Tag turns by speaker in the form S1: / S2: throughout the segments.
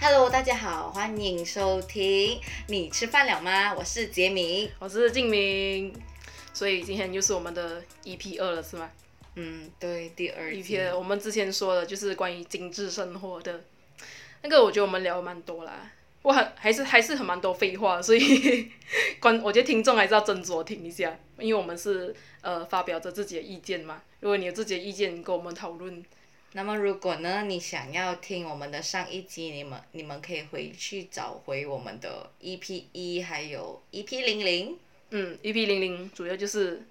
S1: Hello，大家好，欢迎收听《你吃饭了吗》，我是杰明。
S2: 我是静明，所以今天又是我们的 EP 二了，是吗
S1: 嗯，对，第二
S2: ？EP
S1: 季
S2: 二，我们之前说的就是关于精致生活的，那个我觉得我们聊了蛮多啦，我很还是还是很蛮多废话，所以 观我觉得听众还是要斟酌听一下，因为我们是呃发表着自己的意见嘛，如果你有自己的意见，你跟我们讨论，
S1: 那么如果呢，你想要听我们的上一集，你们你们可以回去找回我们的 EP 一，还有 EP 零零，
S2: 嗯，EP 零零主要就是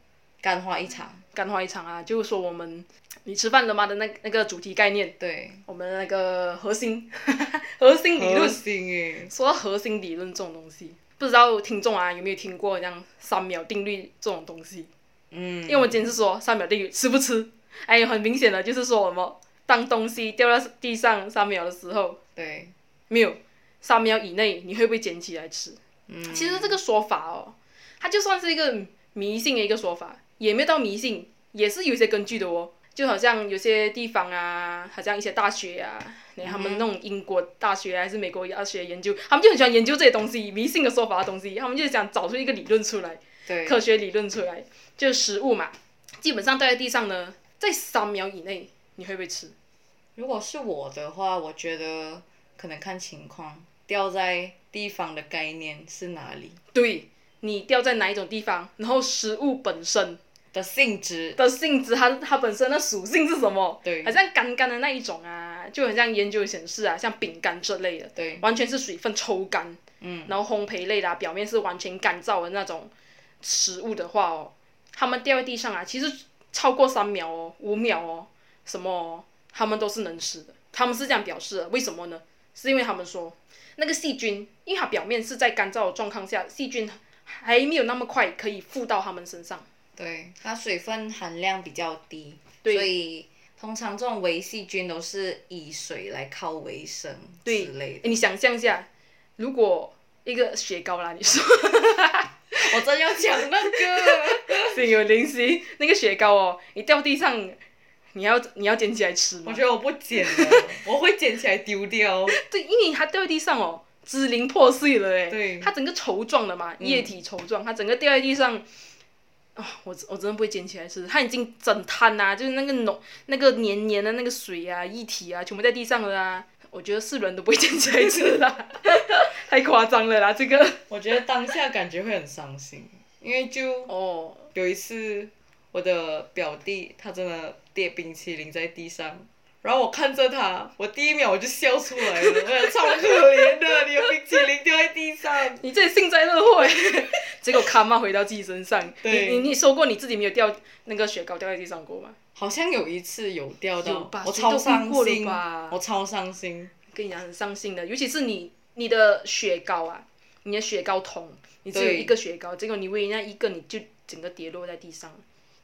S1: 干话一场。
S2: 干话一场啊，就是说我们你吃饭了吗的那那个主题概念，
S1: 对，
S2: 我们的那个核心 核心理论。
S1: 心诶。
S2: 说到核心理论这种东西，不知道听众啊有没有听过像三秒定律这种东西？
S1: 嗯
S2: 因为我们今天是说三秒定律，吃不吃？还有很明显的就是说什么，当东西掉到地上三秒的时候，
S1: 对，
S2: 没有三秒以内，你会不会捡起来吃？
S1: 嗯，
S2: 其实这个说法哦，它就算是一个迷信的一个说法，也没有到迷信，也是有一些根据的哦。就好像有些地方啊，好像一些大学啊，连他们那种英国大学啊还是美国大学研究，他们就很喜欢研究这些东西，迷信的说法的东西，他们就想找出一个理论出来，
S1: 对，
S2: 科学理论出来，就是食物嘛，基本上掉在地上呢，在三秒以内你会不会吃？
S1: 如果是我的话，我觉得可能看情况，掉在地方的概念是哪里
S2: 对，你掉在哪一种地方，然后食物本身
S1: 的性质。
S2: 的性质，它它本身的属性是什么？
S1: 对
S2: 好像干干的那一种啊，就很像研究显示啊，像饼干这类的，
S1: 对，
S2: 完全是水分抽干，
S1: 嗯，
S2: 然后烘焙类的、啊，表面是完全干燥的那种食物的话哦，它们掉在地上啊，其实超过三秒哦、五秒哦，什么哦它们都是能吃的，他们是这样表示的，为什么呢？是因为他们说那个细菌，因为它表面是在干燥的状况下，细菌还没有那么快可以附到它们身上。
S1: 对，它水分含量比较低，
S2: 对
S1: 所以通常这种微细菌都是以水来靠为生
S2: 对
S1: 之类的。
S2: 诶你想象一下，如果一个雪糕啦，你说
S1: 我正要讲那个，
S2: 心有灵犀，那个雪糕哦，你掉地上，你要你要捡起来吃
S1: 我
S2: 吗？
S1: 觉得我不捡了， 我会捡起来丢掉。
S2: 对，因为它掉在地上哦，支零破碎了哎，
S1: 对
S2: 它整个稠状的嘛，液体稠状，它整个掉在地上。啊、我我真的不会捡起来吃，它已经整滩呐、就是那个浓、那个黏黏的那个水啊、液体啊，全部在地上了啊。我觉得是人都不会捡起来吃啦， 太夸张了啦，这个。
S1: 我觉得当下感觉会很伤心，因为就
S2: 哦，
S1: 有一次，我的表弟他真的跌冰淇淋在地上，然后我看着他，我第一秒我就笑出来了，我想超可怜的，你的冰淇淋掉在地上。
S2: 你这幸灾乐祸 欸，结果卡妈回到自己身上。你
S1: 对
S2: 你你说过你自己没有掉那个雪糕掉在地上过吗？
S1: 好像有一次有掉到，
S2: 有吧
S1: 我超伤
S2: 谁都遇
S1: 心
S2: 过了吧，
S1: 我超伤心。
S2: 跟你讲很伤心的，尤其是你你的雪糕啊，你的雪糕桶，你只有
S1: 对
S2: 一个雪糕，结果你为那一个你就整个跌落在地上。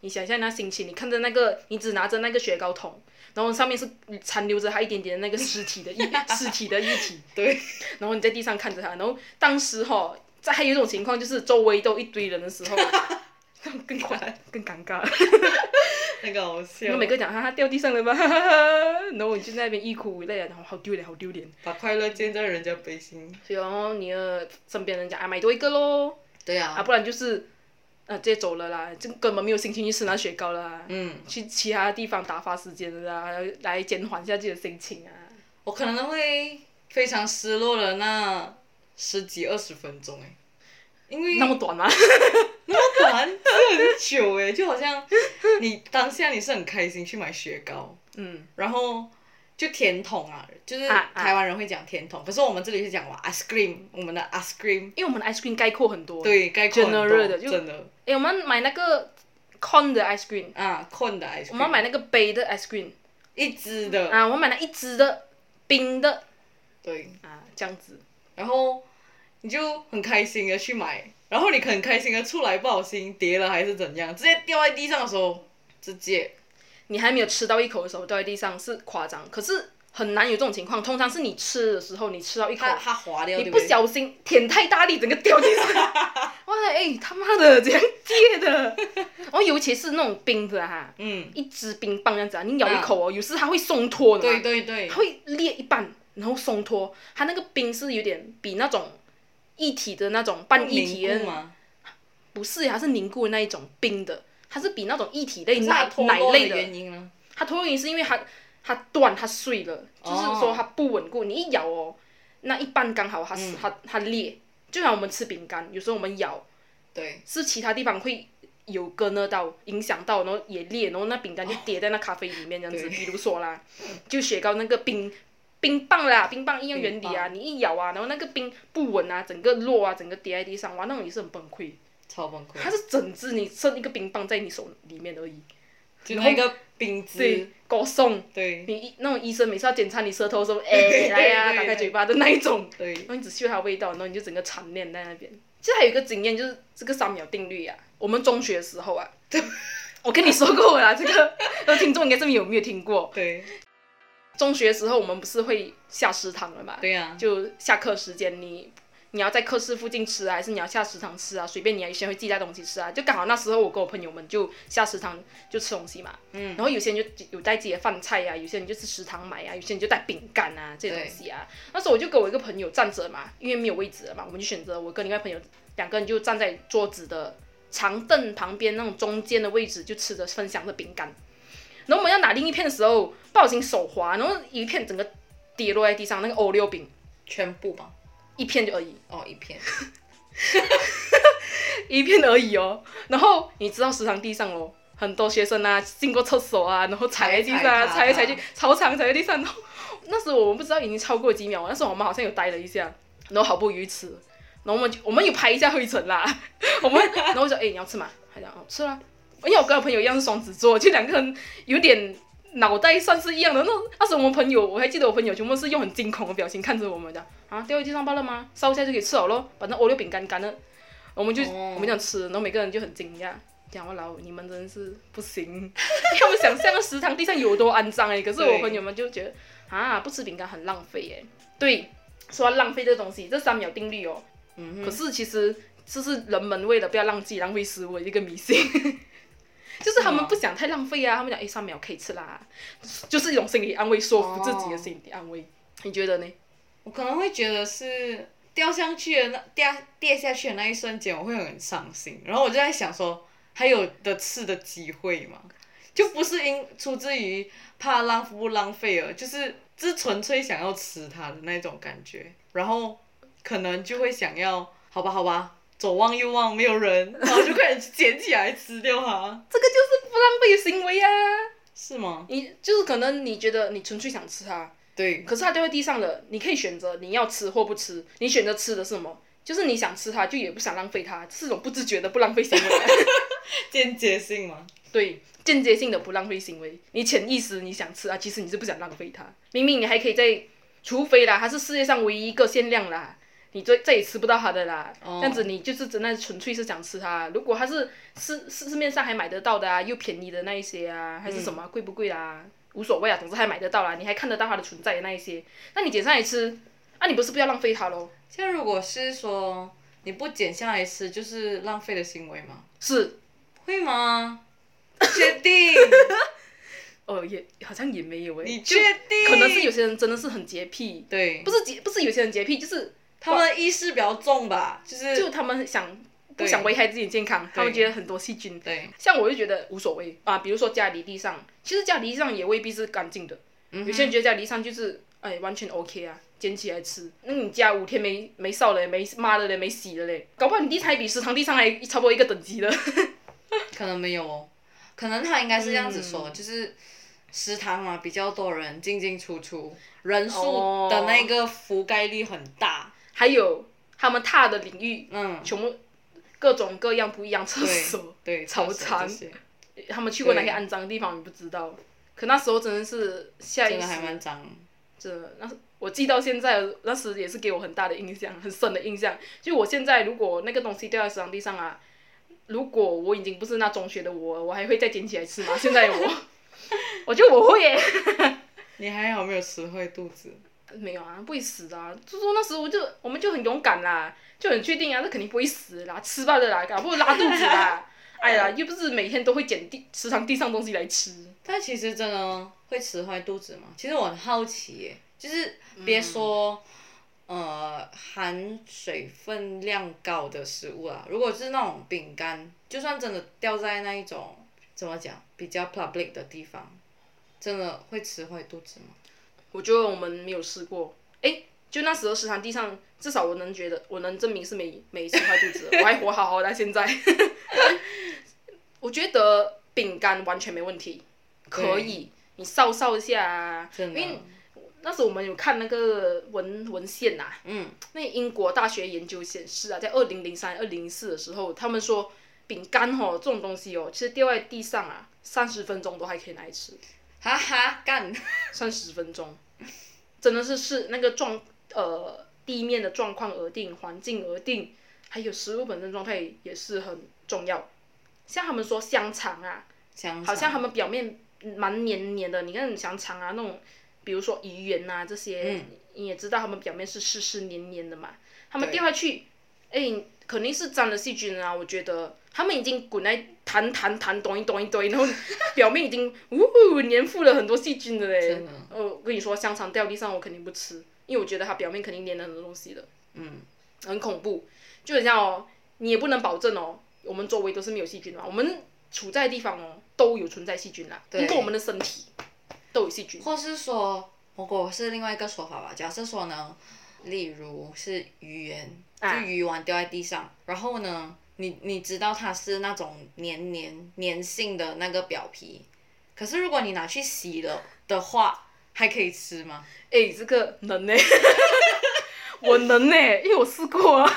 S2: 你想象那心情，你看着那个，你只拿着那个雪糕桶，然后上面是残留着它一点点的那个尸体的液 尸体的液体，
S1: 对，
S2: 然后你在地上看着它，然后当时哈，在还有一种情况就是周围都一堆人的时 候，更夸更尴尬。
S1: 那个好笑
S2: 然后，每个人讲哈哈掉地上了吧， 哈哈哈然后你就在那边一哭一泪啊，然后好丢脸，好丢脸。
S1: 把快乐建在人家背心。
S2: 所以然后你的身边人讲啊买多一个喽，
S1: 对啊，
S2: 啊不然就是，呃直接走了啦，就根本没有心情去吃那雪糕啦，
S1: 嗯，
S2: 去其他地方打发时间啦，来减缓一下自己的心情啊。
S1: 我可能会非常失落的那十几二十分钟哎、因为
S2: 那 么短吗？
S1: 短很久哎，就好像你当下你是很开心去买雪糕，
S2: 嗯，
S1: 然后就甜筒啊，就是
S2: 啊啊
S1: 台湾人会讲甜筒，可是我们这里是讲哇 ice cream，我们的 ice cream
S2: 因为我们的 ice cream 概括很多。。
S1: 对概括很多
S2: General 哦的就
S1: 真的
S2: 哎，我们买那个 con 的 ice cream，
S1: 啊，困的 ice cream，
S2: 我们买那个杯的 ice cream，
S1: 一支的，
S2: 啊，我们买那一支的冰的
S1: 对，
S2: 啊，这样子。
S1: 然后你就很开心的去买，然后你很开心的出来，不小心跌了还是怎样，直接掉在地上的时候，直接
S2: 你还没有吃到一口的时候掉在地上是夸张，可是很难有这种情况。通常是你吃的时候，你吃到一口，哎
S1: 它它滑掉，
S2: 哦你
S1: 对
S2: 不
S1: 对
S2: 小心舔太大力，整个掉地上。哇，哎、他妈的，怎样借的？哦然后尤其是那种冰的哈、啊，
S1: 嗯，
S2: 一支冰棒这样子啊，你咬一口哦，有时它会松脱的嘛，
S1: 啊对对对
S2: 它，会裂一半，然后松脱，它那个冰是有点比那种一体的那种半液体
S1: 凝
S2: 的那
S1: 固
S2: 种，
S1: 吗？
S2: 不是，它是凝固的那一种冰的，它是比那种一体类
S1: 可是它
S2: 奶
S1: 脱
S2: 奶
S1: 落的
S2: 类
S1: 原因啊呢？
S2: 它脱落是因为它它断它碎了，就是
S1: 哦
S2: 说它不稳固，你一咬哦，那一半刚好它、
S1: 嗯
S2: 是它它裂，就像我们吃饼干，有时候我们咬
S1: 对，
S2: 是其他地方会有割那到影响到，然后也裂，然后那饼干就跌在那咖啡里面这样
S1: 对
S2: 子。比如说啦，就雪糕那个冰冰棒啦，冰棒一样原理啊，你一咬啊，然后那个冰不稳啊，整个落啊，整个跌在地上，哇，那种也是很崩溃。
S1: 超崩溃。
S2: 它是整只你剩一个冰棒在你手里面而已，
S1: 就那个冰汁，
S2: 对，高送。
S1: 对
S2: 你医那种医生每次要检查你舌头的时候，哎、来呀、
S1: 对对
S2: 打开嘴巴的那一种，
S1: 对
S2: 然，后你只嗅它的味道，然后你就整个缠恋在那边。其实还有一个经验就是这个三秒定律啊，我们中学的时候啊，我跟你说过了啦，这个 那听众应该是有没有听过？
S1: 对
S2: 中学的时候我们不是会下食堂了嘛？
S1: 对呀、啊，
S2: 就下课时间你。你要在课室附近吃啊，还是你要下食堂吃啊？随便你啊，有些人会自己带东西吃啊。就刚好那时候我跟我朋友们就下食堂就吃东西嘛，
S1: 嗯
S2: 然后有些人就有带自己的饭菜啊，有些人就是食堂买啊，有些人就带饼干啊这些东西啊。那时候我就跟我一个朋友站着嘛，因为啊没有位置了嘛，我们就选择我跟另外朋友两个人就站在桌子的长凳旁边那种中间的位置，就吃着分享着饼干。然后我们要拿另一片的时候，不小心手滑，然后一片整个跌落在地上，那个欧六饼
S1: 全部嘛，
S2: 一片就而已，
S1: 哦，一片，
S2: 一片而已哦。然后你知道食堂地上咯，很多学生啊经过厕所啊，然后踩在地上啊，踩
S1: 踩
S2: 来
S1: 一踩
S2: 踩
S1: 它
S2: 去，超长踩在地上。然后那时候我们不知道已经超过几秒，啊那时候我们好像有呆了一下，然后好不容易吃，然后我们就我们有拍一下灰尘啦， 我们然后我就哎、你要吃吗？他讲哦吃啊，因为我跟我朋友一样是双子座，就两个人有点。脑袋算是一样的，那那时候我们朋友，我还记得我朋友全部是用很惊恐的表情看着我们的啊，掉在地上罢了吗？烧一下就可以吃好咯，反正欧六饼干干了，我们就、
S1: 哦
S2: 我们想吃，然后每个人就很惊讶，讲我老你们真是不行， 他们想象食堂地上有多肮脏哎，可是我
S1: 对
S2: 朋友们就觉得啊，不吃饼干很浪费哎，对，说到浪费这东西，这三秒定律哦，
S1: 嗯
S2: 可
S1: 哼，
S2: 是其实这是人们为了不要让自己浪费食物的一个迷信， 就是他们不想太浪费啊，他们讲哎三秒可以吃啦，就是一种心理安慰，说服自己的心理安慰。你觉得呢？
S1: 我可能会觉得是掉上去的那掉跌下去的那一瞬间，我会很伤心。然后我就在想说，还有的吃的机会吗？就不是因出自于怕浪不浪费了，就是是纯粹想要吃它的那种感觉，然后可能就会想要，好吧好吧，左望右望没有人，然后就快点捡起来吃掉它，
S2: 这个就是不浪费的行为啊！
S1: 是吗？
S2: 你就是可能你觉得你纯粹想吃它，
S1: 对，
S2: 可是它掉在地上了，你可以选择你要吃或不吃，你选择吃的是什么？就是你想吃它，就也不想浪费它，是种不自觉的不浪费行为啊。
S1: 间接性嘛。
S2: 对，间接性的不浪费行为，你潜意识你想吃啊，其实你是不想浪费它。明明你还可以在，除非啦，它是世界上唯一一个限量啦，你再再也吃不到它的啦。
S1: 哦
S2: 这样子你就是真的纯粹是想吃它。如果它是市市市面上还买得到的啊，又便宜的那一些啊，还是什么啊、
S1: 嗯
S2: 贵不贵啊，无所谓啊，总之还买得到啦，你还看得到它的存在的那一些，那你捡上来吃，那、你不是不要浪费它喽？
S1: 像如果是说你不剪下来吃，就是浪费的行为吗？
S2: 是，
S1: 会 吗？确定？
S2: 呃，也好像也没有诶、
S1: 你
S2: 就
S1: 确定？
S2: 可能是有些人真的是很洁癖，
S1: 对
S2: 不，是洁不是有些人洁癖，就是。
S1: 他们意识比较重吧，就是
S2: 就他们想不
S1: 对
S2: 想危害自己的健康，他们觉得很多细菌。
S1: 对，
S2: 像我就觉得无所谓啊，比如说家里地上，其实家里地上也未必是干净的，
S1: 嗯哼
S2: 有些人觉得家里地上就是哎完全 OK 啊，捡起来吃。那你家五天没没扫了，没抹了嘞，没洗了嘞，搞不好你地上还比食堂地上还差不多一个等级的。
S1: 可能没有哦，可能他应该是这样子
S2: 嗯
S1: 说，就是食堂嘛比较多人进进出出，人
S2: 哦
S1: 数的那个覆盖率很大，
S2: 还有他们踏的领域，
S1: 嗯，
S2: 全部各种各样不一样厕
S1: 对
S2: 所，
S1: 对，
S2: 草
S1: 厕所
S2: 场
S1: 这些
S2: 他们去过哪些
S1: 对
S2: 肮脏的地方你不知道。可那时候真的是下意
S1: 真的
S2: 识
S1: 还蛮脏，
S2: 真的，那是我记到现在，那时也是给我很大的印象，很深的印象。就我现在如果那个东西掉在食堂地上啊，如果我已经不是那中学的我，我还会再捡起来吃吗？现在的我， 我觉得我会耶。
S1: 你还好没有吃坏肚子，
S2: 没有啊，不会死的、啊。就说那时候我就我们就很勇敢啦，就很确定啊，这肯定不会死啦，吃罢了啦，搞不好拉肚子啦。 哎呀，又不是每天都会捡地食堂地上东西来吃。
S1: 但其实真的会吃坏肚子吗？其实我很好奇耶，就是别说、呃含水分量高的食物啊，如果是那种饼干，就算真的掉在那一种怎么讲比较 public 的地方，真的会吃坏肚子吗？
S2: 我觉得我们没有试过。诶，就那时候食堂地上，至少我能觉得，我能证明是没没吃坏肚子的，我 还活好好的。现在， 我觉得饼干完全没问题，可以，你烧烧一下啊。
S1: 真的
S2: 因，为那时候我们有看那个文文献呐、
S1: 嗯，
S2: 那英国大学研究显示啊，在二零零三、二零零四的时候，他们说饼干哦这种东西哦，其实掉在地上啊，三十分钟都还可以拿来吃。
S1: 哈哈，干，
S2: 三十分钟，真的是是那个状呃地面的状况而定，环境而定，还有食物本身状态也是很重要。像他们说香肠啊，
S1: 香
S2: 好像
S1: 肠
S2: 他们表面蛮黏黏的，你看香肠啊那种，比如说鱼圆啊这些，你也知道他们表面是湿湿黏黏的嘛，他们
S1: 嗯对
S2: 掉下去，哎，肯定是沾了细菌啊，我觉得。他们已经滚来弹弹弹，咚一咚一咚一，然后 表面已经呜粘附了很多细菌的嘞。
S1: 真的
S2: 呃，我跟你说，香肠掉地上我肯定不吃，因为我觉得它表面肯定粘了很多东西的，
S1: 嗯，
S2: 很恐怖。就很像哦，你也不能保证哦，我们周围都是没有细菌嘛，我们处在的地方哦都有存在细菌啦，
S1: 对
S2: 包括我们的身体都有细菌。
S1: 或是说，如果是另外一个说法吧，假设说呢，例如是鱼圆，就
S2: 啊
S1: 鱼丸掉在地上，然后呢，你你知道它是那种黏黏粘性的那个表皮，可是如果你拿去洗了的话，还可以吃吗？
S2: 哎，这个能呢、 我能呢、因为我试过啊，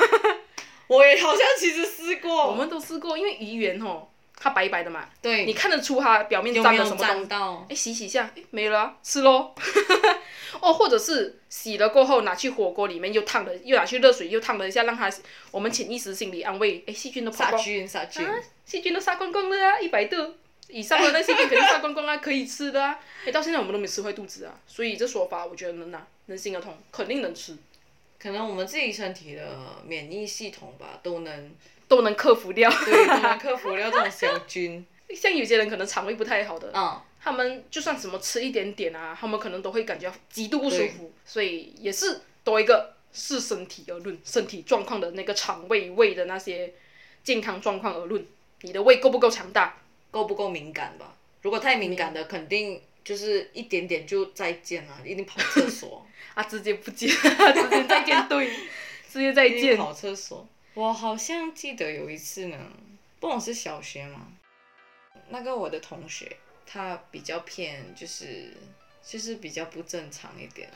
S1: 我也好像其实试过，
S2: 我们都试过，因为鱼圆哦，它白白的嘛，
S1: 对
S2: 你看得出它表面
S1: 有
S2: 沾
S1: 没
S2: 了
S1: 有
S2: 什么东西
S1: 沾。到？
S2: 哎，洗洗一下，哎，没了啊、吃喽。 哦，或者是洗了过后拿去火锅里面又烫了，又拿去热水又烫了一下，让它我们潜意识心理安慰，哎，细菌都跑
S1: 杀
S2: 光，
S1: 菌杀菌，
S2: 细菌都杀光光了啊，一百度以上的那细菌肯定杀光光啊，可以吃的啊。哎，到现在我们都没吃坏肚子啊，所以这说法我觉得能啊，能行得通，肯定能吃，
S1: 可能我们自己身体的免疫系统吧，都能
S2: 都能克服掉。
S1: 对都能克服掉这种小菌。
S2: 像有些人可能肠胃不太好的，
S1: 嗯，
S2: 他们就算什么吃一点点啊，他们可能都会感觉极度不舒服，所以也是多一个视身体而论，身体状况的那个肠胃胃的那些健康状况而论，你的胃够不够强大？
S1: 够不够敏感吧？如果太敏感的，肯定就是一点点就再见了，一定跑厕所，
S2: 啊，直接不 见，直接再见对，直接 再
S1: 一定
S2: 见。
S1: 跑厕所。我好像记得有一次呢，不懂是小学嘛，那个我的同学他比较偏就是就是比较不正常一点，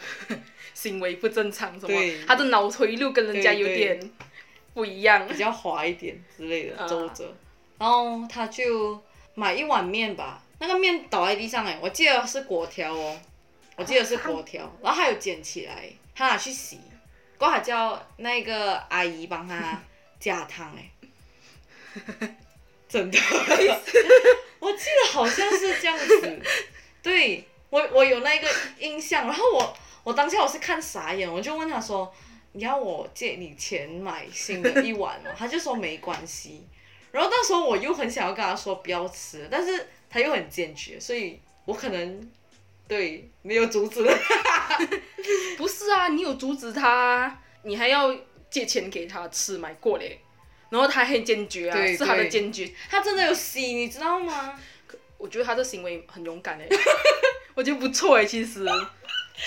S2: 行为不正常什么
S1: 对，
S2: 他的脑回路跟人家有
S1: 对对
S2: 点不一样
S1: 比。较滑一点之类的
S2: 啊
S1: 皱褶，然后他就买一碗面吧，那个面倒在地上哎、我记得是粿条哦，我记得是粿条，然后他有捡起来，他拿去洗，过后还叫那个阿姨帮他加汤哎、 真的，我记得好像是这样子，对我我有那个印象，然后我我当下我是看傻眼，我就问他说。你要我借你钱买新的一碗吗？他就说没关系。然后那时候我又很想要跟他说不要吃，但是他又很坚决，所以我可能对没有阻 止。
S2: 不是啊，你有阻止他啊，你还要借钱给他吃买过嘞，然后他很坚决啊，
S1: 对
S2: 是他的
S1: 对
S2: 坚决。
S1: 他真的有洗，你知道吗？
S2: 我觉得他这行为很勇敢哎， 我觉得不错哎，其实，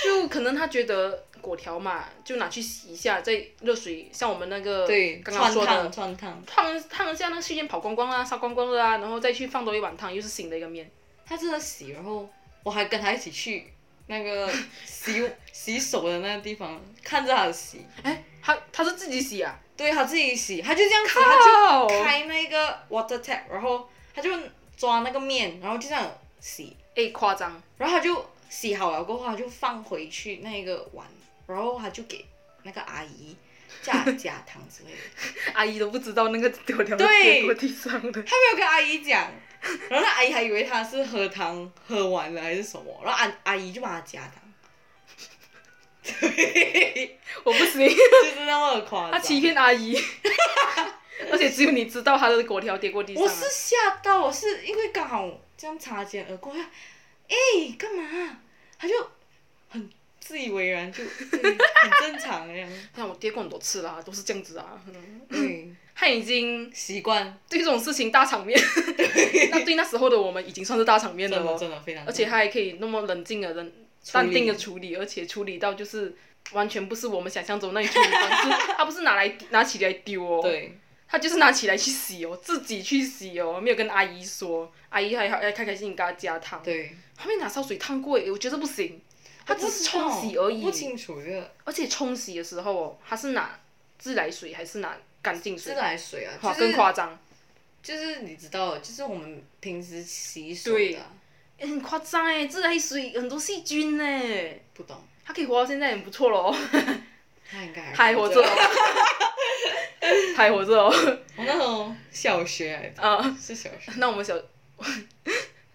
S2: 就可能他觉得果条嘛，就拿去洗一下，在热水，像我们那个
S1: 对，
S2: 刚刚
S1: 串
S2: 呃说
S1: 烫
S2: 的，
S1: 串烫，
S2: 烫烫一下，那个细菌跑光光啦，杀光光啦，然后再去放多一碗汤，又是新的一个面。
S1: 他真的洗，然后我还跟他一起去那个 洗洗手的那个地方，看着他洗，
S2: 哎，他他是自己洗啊，
S1: 对他自己洗，他就这样子，他就
S2: 靠，
S1: 开那个 water tap，然后他就抓那个面，然后就这样洗，
S2: 哎，夸张，
S1: 然后他就洗好了过后，他就放回去那个碗，然后他就给那个阿姨加加糖之类的，
S2: 阿姨都不知道那个果条
S1: 对
S2: 跌落地上的。
S1: 他没有跟阿姨讲，然后那阿姨还以为他是喝汤喝完了还是什么，然后阿阿姨就帮他加糖，对，
S2: 我不 行，
S1: 就是那么的夸张。
S2: 他欺骗阿姨， 而且只有你知道他的果条跌过地上、
S1: 我
S2: 啊。
S1: 是吓到，我是因为刚好这样擦肩而过，哎、干嘛？他就很自以为然就、嗯很正常那样。
S2: 像哎我跌过很多次啦，都是这样子啊。嗯
S1: 嗯，
S2: 他已经
S1: 习惯
S2: 对这种事情大场面，那 对那时候的我们已经算是大场面
S1: 真
S2: 了
S1: 的
S2: 咯。
S1: 真的非常
S2: 而且他还可以那么冷静的、冷淡定的处理，而且处理到就是完全不是我们想象中那一处理方 式。他不是拿来拿起来丢哦，
S1: 对，
S2: 他就是拿起来去洗哦，自己去洗哦，没有跟阿姨说，阿姨还还开开心心给他加汤。
S1: 对，
S2: 他没拿烧水烫过耶，我觉得不行，他只是冲洗而已
S1: 我不。清楚这个
S2: 而且冲洗的时候哦，他是拿自来水还是拿干净水
S1: 自？来水啊，
S2: 哇，
S1: 就
S2: 更
S1: 是
S2: 夸张，
S1: 就是你知道，就是我们平时洗手
S2: 对
S1: 的啊，
S2: 诶很夸张哎，自来水很多细菌呢，
S1: 不懂，
S2: 他可以活到现在很不错咯。
S1: 他应该
S2: 还活 着，哦，还活着 哦。
S1: 我那时候小学来的，
S2: 啊，
S1: 是小学，
S2: 那我们小，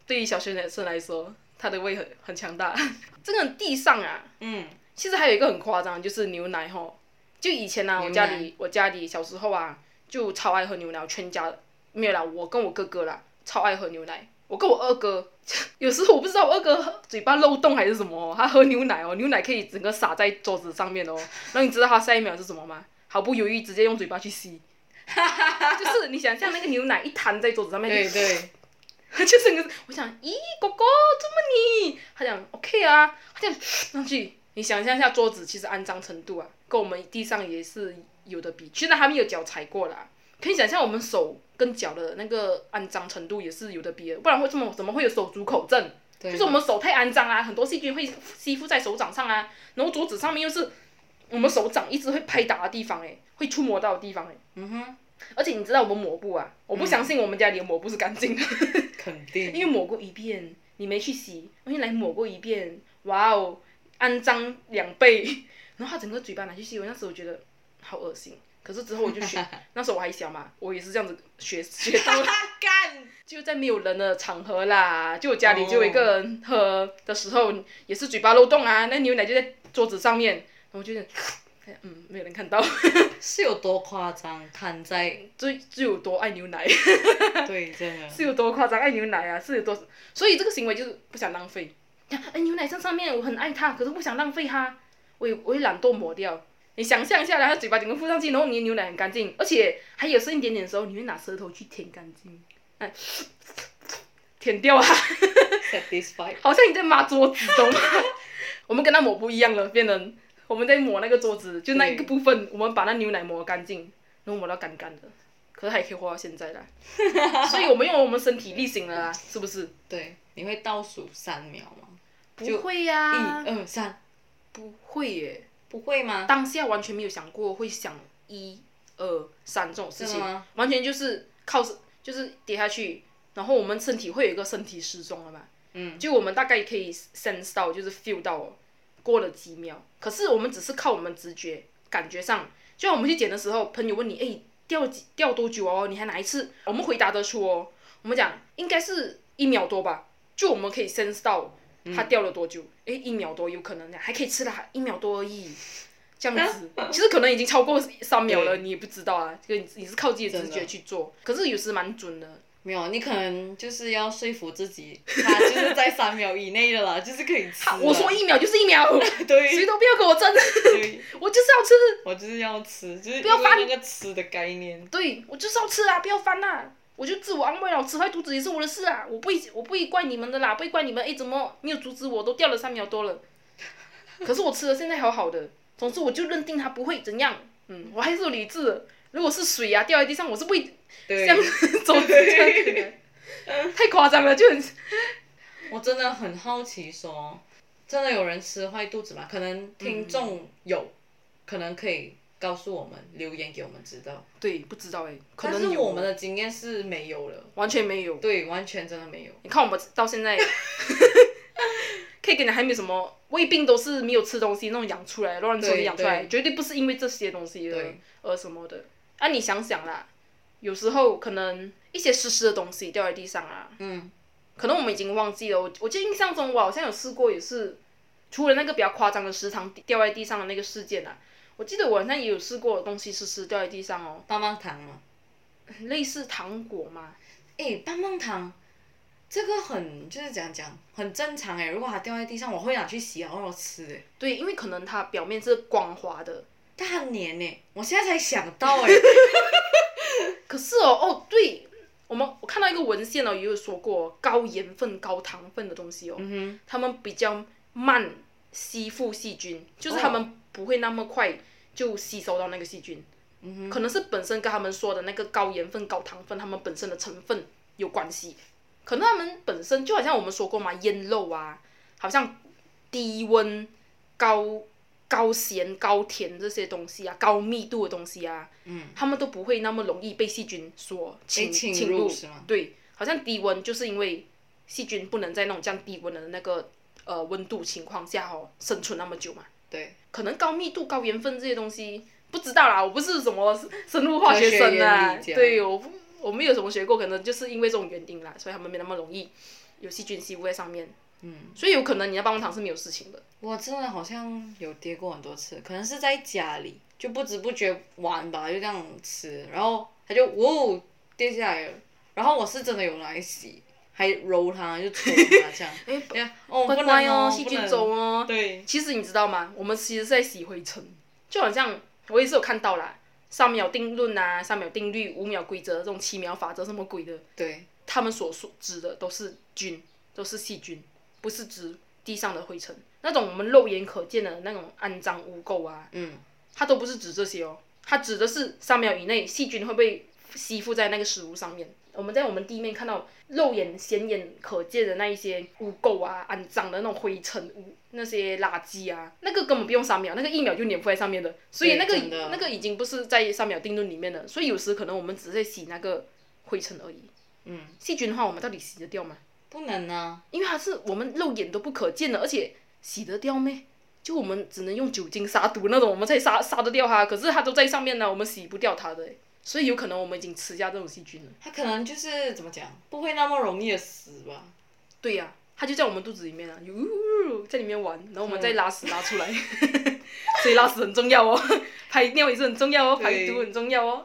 S2: 对于小学生来说，他的胃很很强大。这个地上啊，
S1: 嗯，
S2: 其实还有一个很夸张，就是牛奶吼。就以前呢、啊，我
S1: 牛
S2: 家
S1: 奶
S2: 里我家里小时候啊，就超爱喝牛奶，我全家没有啦，我跟我哥哥啦，超爱喝牛奶。我跟我二哥，有时候我不知道我二哥喝嘴巴漏洞还是什么哦，他喝牛奶哦，牛奶可以整个洒在桌子上面哦。然后你知道他下一秒是什么吗？毫不犹豫直接用嘴巴去吸， 就是你想象那个牛奶一摊在桌子 上面，
S1: 对对，
S2: 他就整个，我想，咦，狗狗怎么你？他讲 OK 啊，他讲上去，你想象一下桌子其实肮脏程度啊，跟我们地上也是有的比，虽然还没有脚踩过啦，可以想象我们手跟脚的那个肮脏程度也是有的比的，不然会怎么怎么会有手足口症？
S1: 对
S2: 就是我们手太肮脏啊，很多细菌会吸附在手掌上啊，然后桌子上面又是我们手掌一直会拍打的地方、欸，会触摸到的地方、欸，
S1: 嗯哼，
S2: 而且你知道我们抹布啊，我不相信我们家里的抹布是干净的。
S1: 肯定，
S2: 因为抹过一遍，你没去洗，我先来抹过一遍，哇哦，肮脏两倍。 然后他整个嘴巴拿去洗，我那时候觉得好恶心。可是之后我就学，那时候我还小嘛，我也是这样子学学到的，
S1: 他干，
S2: 就在没有人的场合啦，就我家里就有一个人喝的时候，也是嘴巴漏洞啊，那牛奶就在桌子上面，然后我就觉得，嗯，没有人看到，
S1: 是有多夸张？摊在
S2: 就就有多爱牛奶，
S1: 对，真的，
S2: 是有多夸张爱牛奶啊，是有多，所以这个行为就是不想浪费。哎、牛奶在上面，我很爱它，可是不想浪费它，我也我也懒惰抹掉。你想象一下来，它嘴巴整个附上去，然后你的牛奶很干净，而且还有剩一点点的时候，你会拿舌头去舔干净，哎，舔掉啊，
S1: satisfied，
S2: 好像你在抹桌子，懂吗？ 我们跟它抹不一样了，变成我们在抹那个桌子，就那一个
S1: 对
S2: 部分，我们把那牛奶抹干净，然后抹到干干的，可是还可以活到现在 啦。所以我们用我们身体力行了啦，是不是？
S1: 对，你会倒数三秒吗？
S2: 不会啊呀、
S1: 一二三，
S2: 不会耶，
S1: 不会吗？
S2: 当下完全没有想过会想一二三这种事
S1: 真
S2: 情
S1: 的吗，
S2: 完全就是靠就是跌下去，然后我们身体会有一个身体失踪了嘛，
S1: 嗯，
S2: 就我们大概可以 sense 到，就是 feel 到哦过了几秒，可是我们只是靠我们直觉感觉上，就像我们去捡的时候，朋友问你，哎，掉几掉多久哦？你还哪一次？我们回答得出哦，我们讲应该是一秒多吧，就我们可以 sense 到它掉了多久，哎、一秒多有可能的，还可以吃啦，一秒多而已。这样子，其实可能已经超过三秒了，你也不知道啊。这个你你是靠自己的直
S1: 真
S2: 觉
S1: 的
S2: 去做，可是有时蛮准的。
S1: 没有，你可能就是要说服自己，他就是在三秒以内的啦， 就是可啊以吃
S2: 好
S1: 了。
S2: 啊我说一秒就是一秒，谁
S1: 对
S2: 都不要给我争，
S1: 对，
S2: 我就是要吃。
S1: 我就是要吃，就是
S2: 不
S1: 因
S2: 要
S1: 为
S2: 翻
S1: 那个吃的概念。
S2: 对我就是要吃啊，不要翻啦、我就自我安慰了，吃坏肚子也是我的事啊，我不会，我不会怪你们的啦，不会怪你们，哎，怎么没有阻止我？都掉了三秒多了，可是我吃了，现在好好的。总之我就认定它不会怎样，嗯，我还是有理智的。如果是水啊掉在地上，我是不会这
S1: 对
S2: 样，走这样子的，太夸张了，就很
S1: 我真的很好奇说真的有人吃坏肚子吗？可能听众有，可能可以告诉我们留言给我们知道。
S2: 对，不知道哎，可
S1: 但
S2: 能
S1: 是
S2: 有
S1: 我们的经验是没有了，
S2: 完全没有。
S1: 对，完全真的没有。
S2: 你看我们到现在， 可以跟你还没有什么胃病，都是没有吃东西那种养出来，乱说
S1: 对
S2: 养出来，
S1: 对
S2: 绝对不是因为这些东西而
S1: 对
S2: 而什么的。啊，你想想啦，有时候可能一些湿湿的东西掉在地上啊，
S1: 嗯，
S2: 可能我们已经忘记了。我我记得印象中我好像有试过，也是除了那个比较夸张的时常掉在地上的那个事件啊，我记得我好像也有试过东西湿湿掉在地上哦，
S1: 棒棒糖嘛，
S2: 类似糖果嘛，
S1: 诶，棒棒糖，这个很就是怎样讲，很正常哎、如果它掉在地上，我会拿去洗，然后吃哎、
S2: 对，因为可能它表面是光滑的，
S1: 但它很黏哎、我现在才想到 哎、
S2: 可是哦哦，对我们我看到一个文献哦，也有说过高盐分、高糖分的东西哦，
S1: 嗯
S2: 他们比较慢吸附细菌，就是
S1: 哦
S2: 他们不会那么快就吸收到那个细菌，
S1: 哼，嗯哼，
S2: 可能是本身跟他们说的那个高盐分、高糖分，他们本身的成分有关系。可能他们本身就好像我们说过嘛，腌肉啊，好像低温、高高咸、高甜这些东西啊，高密度的东西啊，
S1: 嗯，
S2: 他们都不会那么容易被细菌所侵
S1: 被侵
S2: 侵
S1: 入是吗？
S2: 对，好像低温就是因为细菌不能在那种这样低温的那个呃温度情况下哦生存那么久嘛。
S1: 对，
S2: 可能高密度、高盐分这些东西不知道啦，我不是什么生物化学生啊
S1: 科学原，理这样
S2: 对，我不我没有什么学过，可能就是因为这种原因啦，所以他们没那么容易有细菌吸附在上面，
S1: 嗯，
S2: 所以有可能你在办公堂是没有事情的。
S1: 我真的好像有跌过很多次，可能是在家里就不知不觉玩吧，就这样吃，然后它就呜跌下来了，然后我是真的有拿来洗，还揉它就搓它这 样，
S2: 哎，
S1: 哎呀哦
S2: 乖
S1: 不
S2: 乖
S1: 能
S2: 哦，
S1: 哦，
S2: 细
S1: 不
S2: 菌
S1: 能
S2: 走哦，
S1: 对，
S2: 其实你知道吗？我们其实是在洗灰尘，就好像我也是有看到啦，三秒定论啊、三秒定律、五秒规则这种七秒法则什么鬼的，
S1: 对，
S2: 他们所说指的都是菌，都是细菌，不是指地上的灰尘。那种我们肉眼可见的那种肮脏污垢啊，
S1: 嗯，
S2: 它都不是指这些哦，它指的是三秒以内细菌会被吸附在那个食物上面。我们在我们地面看到肉眼显眼可见的那一些污垢啊、肮脏的那种灰尘、污那些垃圾啊，那个根本不用三秒，那个一秒就粘附在上面的，所以
S1: 对
S2: 那个
S1: 真的
S2: 那个已经不是在三秒定论里面的，所以有时可能我们只是在洗那个灰尘而已。
S1: 嗯，
S2: 细菌的话，我们到底洗得掉吗？
S1: 不能啊，
S2: 因为它是我们肉眼都不可见的，而且洗得掉咩？就我们只能用酒精杀毒那种，我们才杀杀得掉它。可是它都在上面呢，我们洗不掉它的欸，所以有可能我们已经吃下这种细菌了。
S1: 它可能就是怎么讲，不会那么容易的死吧。
S2: 对呀、它就在我们肚子里面啊，哟，在里面玩，然后我们再
S1: 嗯
S2: 拉屎拉出来， 所以拉屎很重要哦，排尿也是很重要哦，排
S1: 对
S2: 毒很重要哦。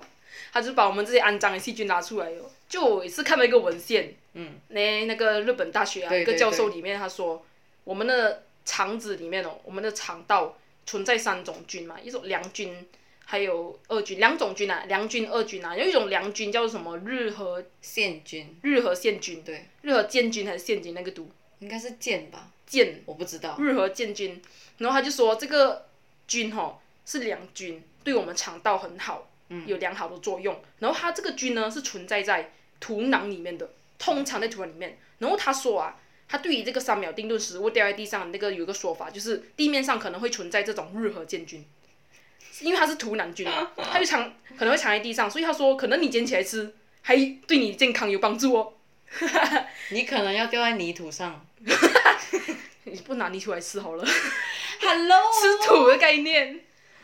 S2: 它就把我们这些肮脏的细菌拉出来哦。就我也是看到一个文献，
S1: 嗯，
S2: 那那个日本大学啊，
S1: 对
S2: 一个
S1: 对
S2: 教授里面他说，我们的肠子里面哦，我们的肠道存在三种菌嘛，一种良菌，还有二菌，两种菌啊，良菌、二菌啊，有一种良菌叫做什么日和
S1: 现菌，
S2: 日和线菌，
S1: 对，
S2: 日和间菌还是线菌那个毒
S1: 应该是剑吧，
S2: 间
S1: 我不知道。
S2: 日和建军，然后他就说这个菌吼、是良菌，对我们肠道很好，有良好的作用。然后它这个菌呢是存在在土壤里面的，通常在土壤里面。然后他说啊，他对于这个三秒定论食物掉在地上那个有一个说法，就是地面上可能会存在这种日和建菌。因为它是土壤菌嘛，它就藏可能会藏在地上，所以他说可能你捡起来吃，还对你健康有帮助哦。
S1: 你可能要掉在泥土上。
S2: 你不拿泥出来吃好了。
S1: Hello，
S2: 吃土的概念。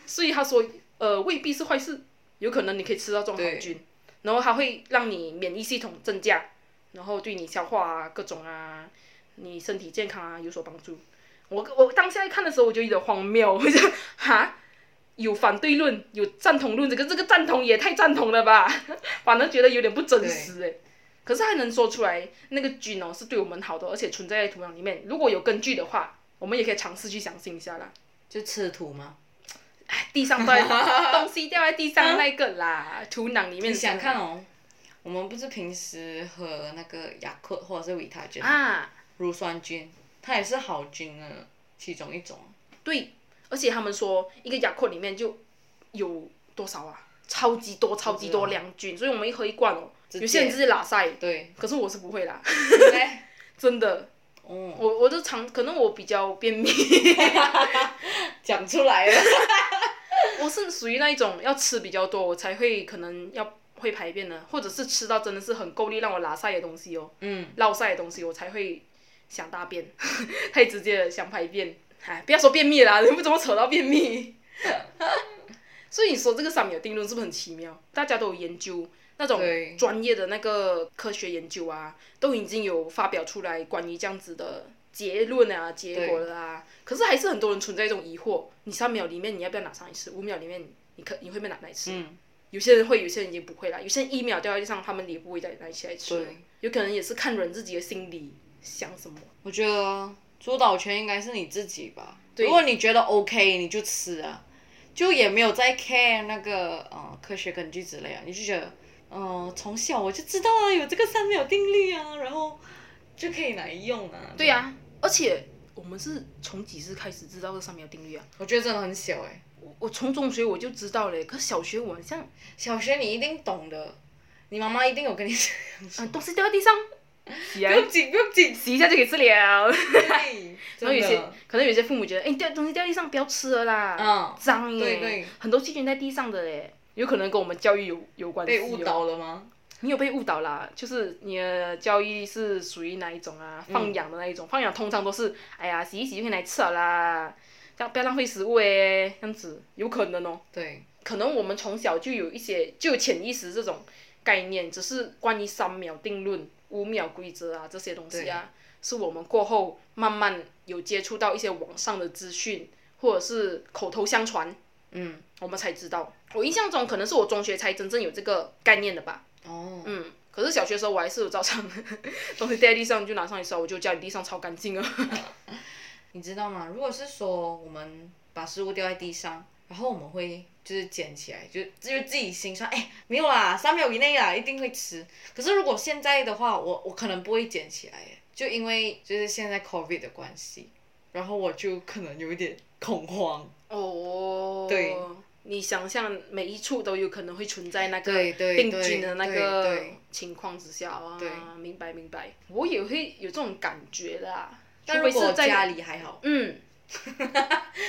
S2: 所以他说，呃，未必是坏事，有可能你可以吃到这种好菌，然后它会让你免疫系统增加，然后对你消化啊各种啊，你身体健康啊有所帮助。我我当下一看的时候，我就有点荒谬， 我就哈。有反对论，有赞同论，这个这个赞同也太赞同了吧，反而觉得有点不真实哎、可是还能说出来那个菌哦是对我们好的，而且存在在土壤里面，如果有根据的话，我们也可以尝试去相信一下啦。
S1: 就吃土吗？
S2: 哎地 上掉在东西掉在地上那个啦，土壤里
S1: 你
S2: 面的
S1: 想看哦？我们不是平时喝那个雅克或者是维他菌、
S2: 啊？
S1: 乳酸菌，它也是好菌的其中一种。
S2: 对，而且他们说一个雅克里面就有多少啊？超级多，超级多良菌，所以我们一喝一罐哦，
S1: 嗯直接
S2: 有些人直接拉晒，
S1: 对，
S2: 可是我是不会啦，
S1: 对不对？
S2: 真的，
S1: 哦，
S2: 我我的肠可能我比较便秘，
S1: 讲出来了。
S2: 我是属于那一种要吃比较多，我才会可能要会排便的，或者是吃到真的是很够力让我拉晒的东西哦。
S1: 嗯，
S2: 落晒的东西，我才会想大便， 太直接了，想排便。哎，不要说便秘啦， 你们怎么扯到便秘？ 所以你说这个三秒定论是不是很奇妙？大家都有研究，那种
S1: 对
S2: 专业的那个科学研究啊，都已经有发表出来关于这样子的结论啊、结果了啊。可是还是很多人存在一种疑惑：你三秒里面你要不要拿上来吃？五秒里面你可你会不会拿来吃？
S1: 嗯
S2: 有些人会，有些人也不会啦。有些人一秒掉在地上，他们也不会再拿起来吃
S1: 对。
S2: 有可能也是看人自己的心里想什么。
S1: 我觉得主导权应该是你自己吧。
S2: 对
S1: 如果你觉得 OK，你就吃啊，就也没有在 care 那个呃科学根据之类啊，你就觉得，嗯、从小我就知道啊，有这个三秒定律啊，然后就可以来用啊。
S2: 对呀、而且我们是从几时开始知道这三秒定律啊？
S1: 我觉得真的很小哎、
S2: 我我从中学我就知道嘞，可小学我好像呃
S1: 小学你一定懂的，你妈妈一定有跟你讲。
S2: 嗯东西掉在地上，起
S1: 不
S2: 来
S1: 用紧，不用紧。
S2: 洗一下就可以吃了。
S1: 对，
S2: 然后
S1: 真
S2: 有些
S1: 的。
S2: 可能有些父母觉得，哎、掉东西掉地上不要吃了啦，
S1: 嗯
S2: 脏耶，
S1: 对对
S2: 很多细菌在地上的嘞，有可能跟我们教育有有关系、
S1: 被
S2: 哦。
S1: 误导了吗？
S2: 你有被误导啦，就是你的教育是属于哪一种啊？放养的那一种，放养通常都是，哎呀，洗一洗就可以来吃了啦，这样不要浪费食物诶、这样子有可能哦，
S1: 对，
S2: 可能我们从小就有一些就有潜意识这种概念，只是关于三秒定论、五秒规则啊这些东西啊，是我们过后慢慢有接触到一些网上的资讯，或者是口头相传，
S1: 嗯，
S2: 我们才知道。我印象中可能是我中学才真正有这个概念的吧。
S1: 哦，
S2: 嗯，可是小学的时候我还是有照常东西掉在地上就拿上来烧，我就家里地上超干 净啊。
S1: 你知道吗？如果是说我们把食物掉在地上，然后我们会就是捡起来，就就自己心上，哎，没有啦，三秒以内啦，一定会吃。可是如果现在的话，我我可能不会捡起来耶，就因为就是现在 COVID 的关系，然后我就可能有一点恐慌。
S2: 哦，
S1: 对，
S2: 你想象每一处都有可能会存在那个
S1: 对对
S2: 病
S1: 对
S2: 菌的那
S1: 对
S2: 个
S1: 对
S2: 情况之下啊
S1: 对，
S2: 明白明白，我也会有这种感觉啦。
S1: 但
S2: 除
S1: 如
S2: 非是
S1: 果
S2: 在
S1: 家里还好，
S2: 嗯，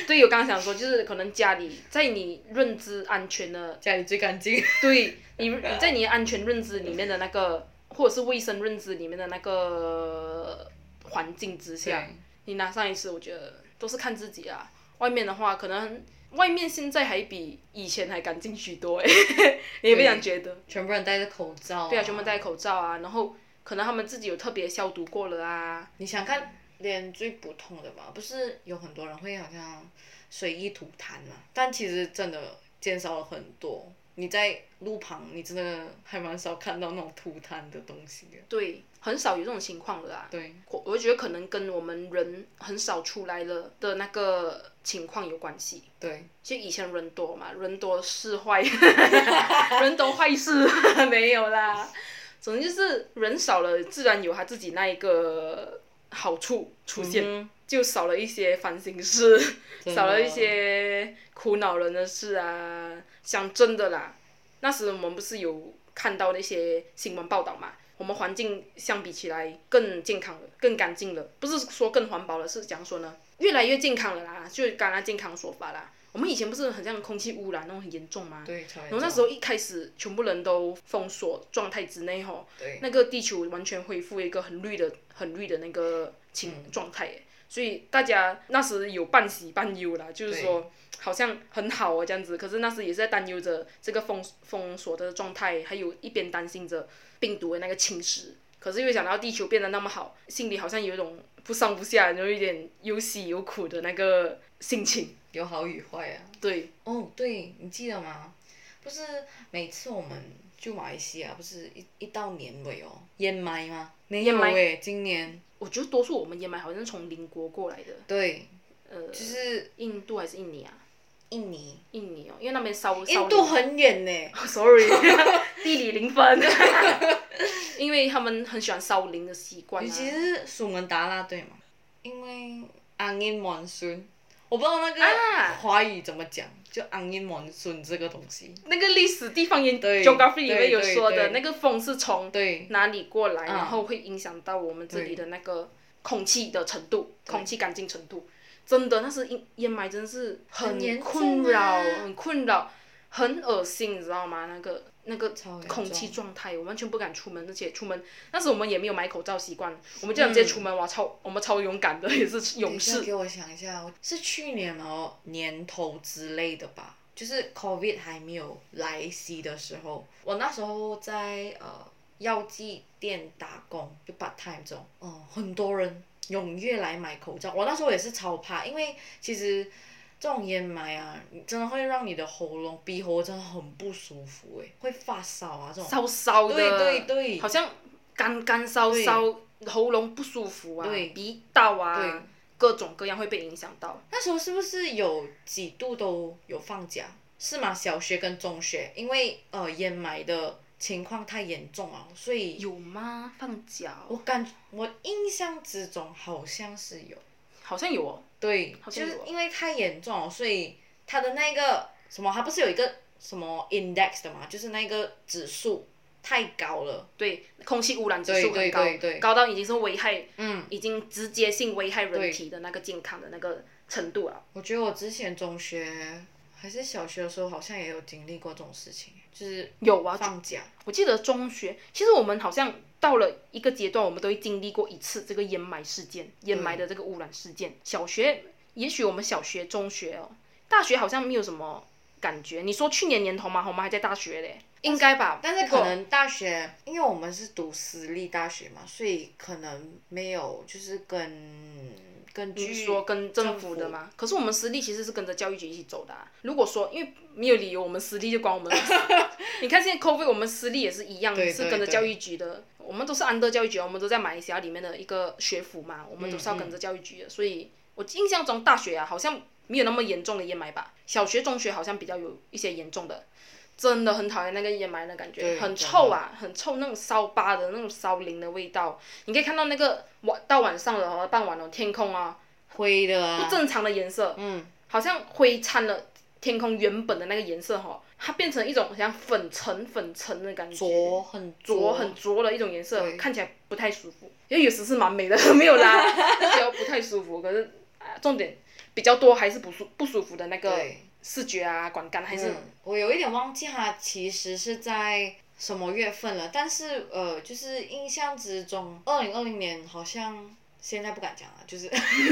S2: 对，我刚刚想说，就是可能家里在你认知安全的，
S1: 家里最干净。
S2: 对你你在你的安全认知里面的那个，或者是卫生认知里面的那个环境之下，
S1: 对
S2: 你拿上一次，我觉得都是看自己啊。外面的话，可能外面现在还比以前还干净许多哎、 你也不想觉得？
S1: 全部人戴着口罩、
S2: 对啊，全部。戴口罩啊，然后可能他们自己有特别消毒过了啊。
S1: 你想看连最普通的吧，不是有很多人会好像随意吐痰嘛？但其实真的减少了很多。你在路旁，你真的还蛮少看到那种吐痰的东西的。
S2: 对，很少有这种情况了啊。
S1: 对，
S2: 我我觉得可能跟我们人很少出来了的那个情况有关系。
S1: 对，
S2: 就以前人多嘛，人 多是坏，人多坏事 没有啦。总之就是人少了，自然有他自己那一个好处出现，就少了一些烦心事，
S1: 真的
S2: 少了一些苦恼人的事啊。讲真的啦，那时我们不是有看到那些新闻报道嘛？我们环境相比起来更健康了，更干净了，不是说更环保了，是讲说呢，越来越健康了啦，就刚刚健康说法啦。我们以前不是很像空气污染那种很严重吗？
S1: 对，超严
S2: 然后那
S1: 重
S2: 时候一开始全部人都封锁状态之内吼，
S1: 对
S2: 那个地球完全恢复一个很绿的、很绿的那个情状态耶，所以大家那时有半喜半忧啦，就是说好像很好哦这样子，可是那时也是在担忧着这个封封锁的状态，还有一边担心着病毒的那个侵蚀。可是又想到地球变得那么好，心里好像有一种不上不下，然后有点有喜有苦的那个心情。
S1: 有好与坏啊。
S2: 对，
S1: 哦，对，你记得吗？不是每次我们去马来西亚，不是一一到年尾哦，烟霾吗？没
S2: 烟
S1: 有
S2: 霾
S1: 诶，今年
S2: 我觉得多数我们也买好像是从邻国过来的，
S1: 对，
S2: 呃，
S1: 就是
S2: 印度还是印尼啊？
S1: 印尼，
S2: 印尼哦，因为那边烧烧
S1: 印
S2: 林
S1: 度很远欸呢。
S2: Sorry，地理零分， 因为他们很喜欢烧林的习惯、啊
S1: 尤。其是蜀门达拉对吗？因为 angin monsoon，我不知道那
S2: 啊
S1: 个华语怎么讲，就 angin monsoon 这个东西。
S2: 那个历史地方研
S1: 对
S2: geography
S1: 对
S2: 里面有说的，
S1: 对对
S2: 那个风是从
S1: 对
S2: 哪里过来，
S1: 嗯
S2: 然后会影响到我们这里的那个空气的程度，
S1: 对
S2: 空气干净程度。真的，那是烟烟霾，真是
S1: 很
S2: 很
S1: 严重
S2: 困扰，
S1: 啊
S2: 很困扰，很恶心，你知道吗？那个那个
S1: 超严重
S2: 空气状态，我完全不敢出门，而且出门，但是我们也没有买口罩习惯，我们就想直接出门，
S1: 嗯
S2: 哇，超我们超勇敢的，也是勇
S1: 等
S2: 士
S1: 一下。给我想一下，我是去年哦年头之类的吧，就是 COVID 还没有来袭的时候，我那时候在呃药剂店打工，就 part time 这种，哦、很多人踊跃来买口罩，我那时候也是超怕，因为其实。这种烟霾啊，你真的会让你的喉咙、鼻喉真的很不舒服哎、会发烧啊这种。
S2: 烧烧的，
S1: 对对对
S2: 好像干干烧
S1: 对
S2: 烧，喉咙不舒服啊，
S1: 对
S2: 鼻道
S1: 对
S2: 啊，各种各样会被影响到。
S1: 那时候是不是有几度都有放假？是吗？小学跟中学，因为呃烟霾的情况太严重了，所以
S2: 有吗？放假哦、
S1: 我感我印象之中好像是有，
S2: 好像有哦。
S1: 对，
S2: 好
S1: 就
S2: 像有
S1: 是因为太严重了，所以它的那个什么，它不是有一个什么 index 的嘛，就是那个指数太高了，
S2: 对，空气污染指数
S1: 对
S2: 很高，
S1: 对对对
S2: 高到已经是危害，
S1: 嗯，
S2: 已经直接性危害
S1: 对
S2: 人体的那个健康的那个程度啊。
S1: 我觉得我之前中学还是小学的时候，好像也有经历过这种事情，就是
S2: 有啊，
S1: 放假，
S2: 我记得中学，其实我们好像到了一个阶段，我们都会经历过一次这个烟霾事件，烟霾的这个污染事件。小学，也许我们小学、中学哦，大学好像没有什么感觉。你说去年年头嘛，我们还在大学嘞，应该吧？
S1: 但是
S2: 不过
S1: 可能大学，因为我们是读私立大学嘛，所以可能没有就是跟根
S2: 你
S1: 据
S2: 是说跟政府的吗？可是我们私立其实是跟着教育局一起走的、啊。如果说因为没有理由，我们私立就管我们 的事。你看现在 COVID，我们私立也是一样，
S1: 对
S2: 是跟
S1: 对
S2: 着教育局的。我们都是安德教育局，我们都在马来西亚里面的一个学府嘛，我们都是要跟着教育局的。所以我印象中大学啊，好像没有那么严重的烟霾吧。小学、中学好像比较有一些严重的。真的很讨厌那个烟霾的感觉
S1: 对，
S2: 很臭啊，很臭那种烧巴的那种烧林的味道。你可以看到那个晚到晚上了哦，傍晚了，天空啊，
S1: 灰的
S2: 不
S1: 啊，
S2: 正常的颜色，
S1: 嗯，
S2: 好像灰掺了天空原本的那个颜色哈，它变成一种像粉尘粉尘的感觉，
S1: 浊很
S2: 浊很浊的一种颜色
S1: 对，
S2: 看起来不太舒服。因为有时是蛮美的， 没 有啦，就觉得不太舒服。可是、啊重点比较多还是不舒不舒服的那个
S1: 对
S2: 视觉啊、观感还是、
S1: 嗯我有一点忘记它其实是在什么月份了，但是呃，就是印象之中，二零二零年好像现在不敢讲了，就是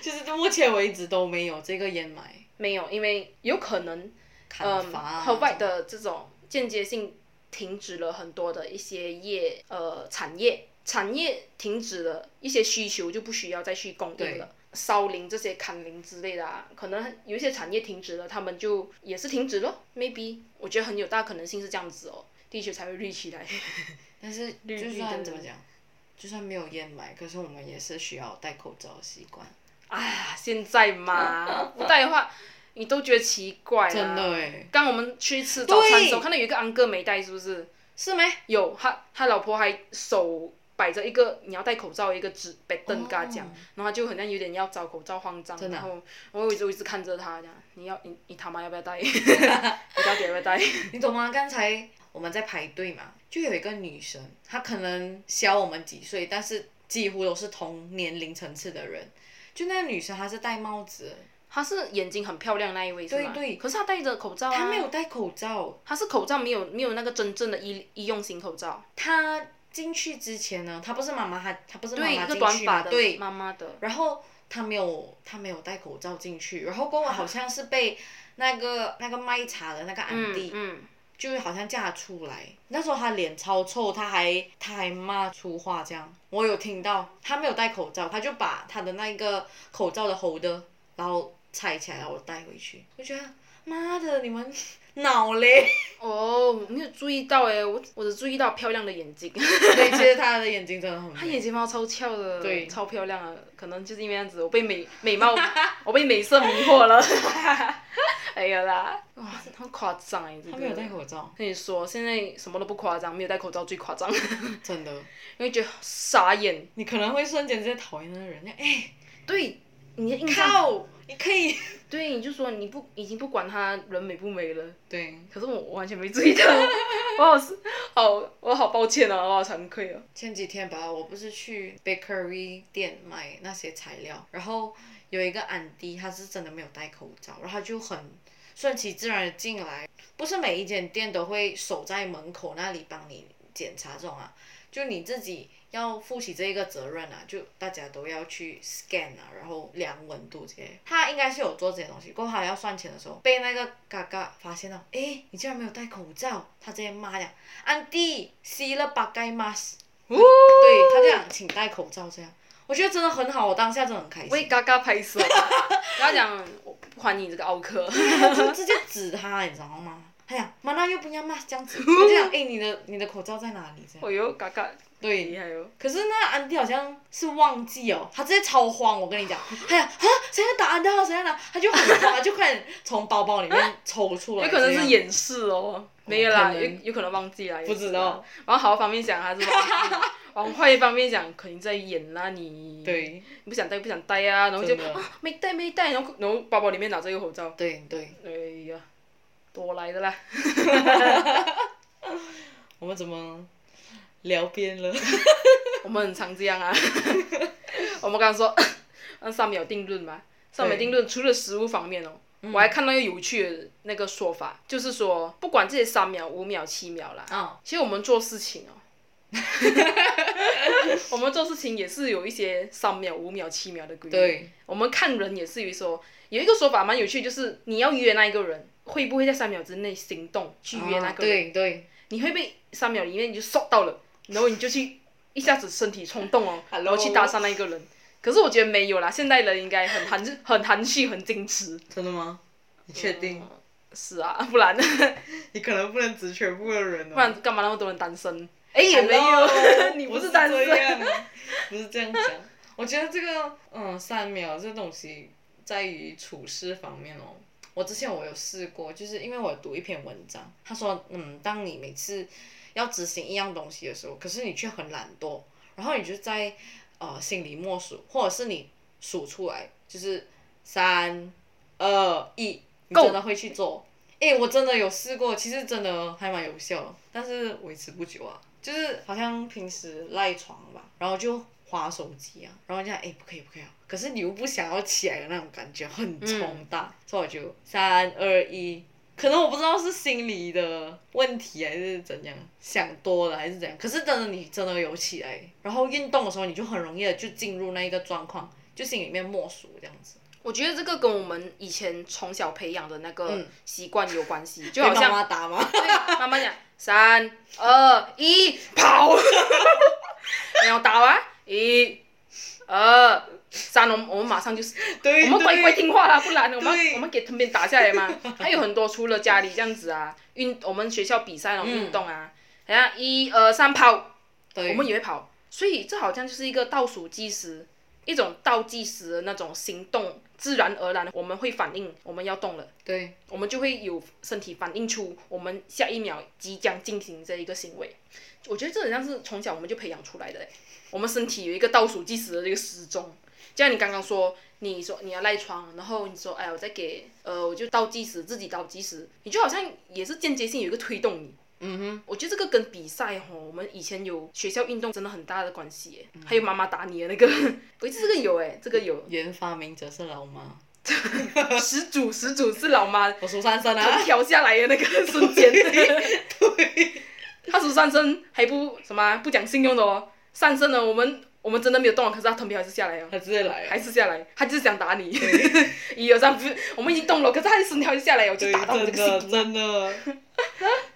S1: 就是目前为止都没有这个烟霾
S2: 没有，因为有可能
S1: 砍
S2: 嗯
S1: 伐啊、
S2: 和外的这种间接性停止了很多的一些业呃产业，产业停止了一些需求就不需要再去供应了。烧林这些砍林之类的啊，可能有一些产业停止了，他们就也是停止了，maybe 我觉得很有大可能性是这样子哦，地球才会绿起来。
S1: 但是
S2: 绿
S1: 就
S2: 绿
S1: 算
S2: 的
S1: 怎么讲，就算没有烟霾，可是我们也是需要戴口罩的习惯。
S2: 哎呀，现 在嘛，不戴的话，你都觉得奇怪啦。啊
S1: 真的哎，
S2: 刚我们去吃早餐的时候，
S1: 对
S2: 看到有一个安哥没戴，是不是？
S1: 是没？
S2: 有，他他老婆还手摆着一个你要戴口罩的一个纸白灯跟他讲
S1: 哦
S2: 然后他就很像有点要找口罩慌张，
S1: 真的
S2: 然
S1: 啊
S2: 后我一直我一直看着他这样，你要你你他妈要不 要戴？你到底要不要戴？
S1: 你懂吗？刚才我们在排队嘛，就有一个女生，她可能小我们几岁，但是几乎都是同年龄层次的人。就那个女生，她是戴帽子，
S2: 他是眼睛很漂亮那一位是吗？
S1: 对对
S2: 可是他戴着口罩啊，
S1: 她没有戴口罩。
S2: 他是口罩没有没有那个真正的医医用型口罩，
S1: 她进去之前呢，她不是妈妈，她她不是妈
S2: 对
S1: 妈
S2: 一个
S1: 进
S2: 短
S1: 去嘛？
S2: 发的
S1: 对，
S2: 妈妈的，
S1: 然后她没有她没有戴口罩进去，然后过后好像是被那个那个卖茶的那个安迪
S2: 嗯、嗯，
S1: 就好像叫他出来，那时候他脸超臭，他还他还骂粗话这样，我有听到，他没有戴口罩，他就把他的那个口罩的 holder 然后拆起来，然后带回去，我觉得妈的你们脑嘞，
S2: 哦，我没有注意到哎，我我只注意到漂亮的眼睛。
S1: 对，其实他的眼睛真的很
S2: 她
S1: 美，
S2: 眼睫毛超翘的，
S1: 对
S2: 超漂亮啊！可能就是因为这样子，我被美美 貌，我被美色迷惑了。 哎呀啦，哇，好夸张哎！这
S1: 他
S2: 个
S1: 没有戴口罩，
S2: 跟你说，现在什么都不夸张，没有戴口罩最夸张，因
S1: 真的，
S2: 为觉得傻眼。
S1: 你可能会瞬间直接讨厌那个人，哎，
S2: 对，你
S1: 嗯
S2: 的印象，
S1: 靠，你可以，
S2: 对，你就说你不已经不管她人美不美了，
S1: 对，
S2: 可是我我完全没注意到， 我好是好，我好抱歉啊，我好惭愧啊。
S1: 前几天吧，我不是去 bakery 店买那些材料，然后有一个安迪，她是真的没有戴口罩，然后她就很顺其自然的进来，不是每一间店都会守在门口那里帮你检查这种啊，就你自己要负起这一个责任啊，就大家都要去 scan 啊，然后量温度这些，他应该是有做这些东西，过后他要算钱的时候被那个嘎嘎发现了，诶，你竟然没有戴口罩，他直接骂讲，安迪，洗了把盖 mask。
S2: 哦，
S1: 对他这样，请戴口罩这样。我觉得真的很好，我当下真的很开
S2: 为
S1: 心。
S2: 嘎嘎拍 手，不要讲我不还你这个奥克，
S1: 就直接指他，你知道吗？哎呀，妈那又不要嘛，这样子，我就想，哎、你的你的口罩在哪里？这样
S2: 哎呦嘎嘎，
S1: 对，
S2: 厉害哦！
S1: 可是那安迪好像是忘记哦，他直接超慌，我跟你讲，哎呀啊，谁要打安迪啊，谁要打，他就很慌，他就快点从包包里面抽出来，
S2: 有可能
S1: 这
S2: 是
S1: 样
S2: 掩饰哦，没有
S1: 可
S2: 啦，有
S1: 能
S2: 有可能忘记啦，
S1: 不知道
S2: 也是啦。往好的方面讲，还是忘 记；往坏的方面讲，肯定在演啦、你。。
S1: 对
S2: 不想戴不想戴啊，然后就
S1: 真的
S2: 啊没戴没戴，然后然后包包里面拿着一个口罩，
S1: 对对，
S2: 哎呀，多来的啦。
S1: 我们怎么聊偏了？
S2: 我们很常这样啊。 我们刚刚说 那三秒定论嘛，三秒定论除了食物方面哦，
S1: 嗯
S2: 我还看到一个有趣的那个说法，就是说不管这些三秒、五秒、七秒啦，
S1: 啊、
S2: 其实我们做事情哦。 我们做事情也是有一些三秒、五秒、七秒的规律。
S1: 对，
S2: 我们看人也是于说，有一个说法蛮有趣，就是你要约那一个人，会不会在三秒之内行动去约那
S1: 啊
S2: 个人？
S1: 对对
S2: 你会被三秒里面你就刷到了，然后你就去一下子身体冲动哦，然
S1: Hello
S2: 后去搭讪那一个人。可是我觉得没有啦，现代人应该很含 很含蓄、很矜持。嗯
S1: 真的吗？你确定？
S2: 是啊，不然
S1: 你可能不能指全部的人哦。
S2: 不然干嘛那么多人单身？哎，也
S1: 也
S2: 没
S1: 没
S2: 有
S1: 有，，
S2: 你
S1: 不
S2: 是单
S1: 这
S2: 身。
S1: 样，不是这样讲。我觉得这个，嗯，三秒这东西在于处事方面哦。我之前我有试过，就是因为我读一篇文章，他说，嗯，当你每次要执行一样东西的时候，可是你却很懒惰，然后你就在呃心里默数，或者是你数出来，就是三二一，你
S2: Go
S1: 真的会去做。诶，我真的有试过，其实真的还蛮有效的，但是维持不久啊，就是好像平时赖床吧，然后就划手机啊，然后就想诶，不可以不可以啊，可是你又不想要起来的那种感觉很冲大，所以我就三二一。可能我不知道是心理的问题还是怎样，想多了还是怎样。可是真的你真的有起来，然后运动的时候你就很容易的就进入那一个状况，就心里面默数这样子。
S2: 我觉得这个跟我们以前从小培养的那个
S1: 嗯
S2: 习惯有关系，就好像
S1: 被妈妈打吗？
S2: 对慢慢讲，三二一，跑！ 没有打完，一、二、三，我们我们马上就是，
S1: 对，
S2: 我们乖
S1: 对
S2: 乖听话啦，不然我们
S1: 对
S2: 我们给藤边打下来嘛。还有很多除了家里这样子啊，运我们学校比赛那种
S1: 嗯
S2: 运动啊，然后一二三跑，
S1: 对，
S2: 我们也会跑，所以这好像就是一个倒数计时，一种倒计时的那种行动，自然而然我们会反应，我们要动了。
S1: 对
S2: 我们就会有身体反映出我们下一秒即将进行这一个行为。我觉得这很像是从小我们就培养出来的嘞，我们身体有一个倒数计时的这个时钟。就像你刚刚说，你说你要赖床，然后你说哎呀我再给呃我就倒计时，自己倒计时，你就好像也是间接性有一个推动你。嗯哼，我觉得这个跟比赛吼，我们以前有学校运动真的很大的关系耶，还有妈妈打你的那个， 我觉得这个有哎，这个有
S1: 原发明者是老妈，
S2: 始祖始祖是老妈
S1: 我数三声啊，
S2: 头挑下来的那个瞬间。对，他数上身还不什么啊不讲信用的哦，上身了我们我们真的没有动，啊可是他藤条还是下来哦，
S1: 他直接来了，
S2: 还是下来，他就是想打你。 一二三，不是我们已经动了，可是他的绳条就下来哦，就
S1: 对，
S2: 打到你这
S1: 真
S2: 个心
S1: 的真
S2: 里，
S1: 的，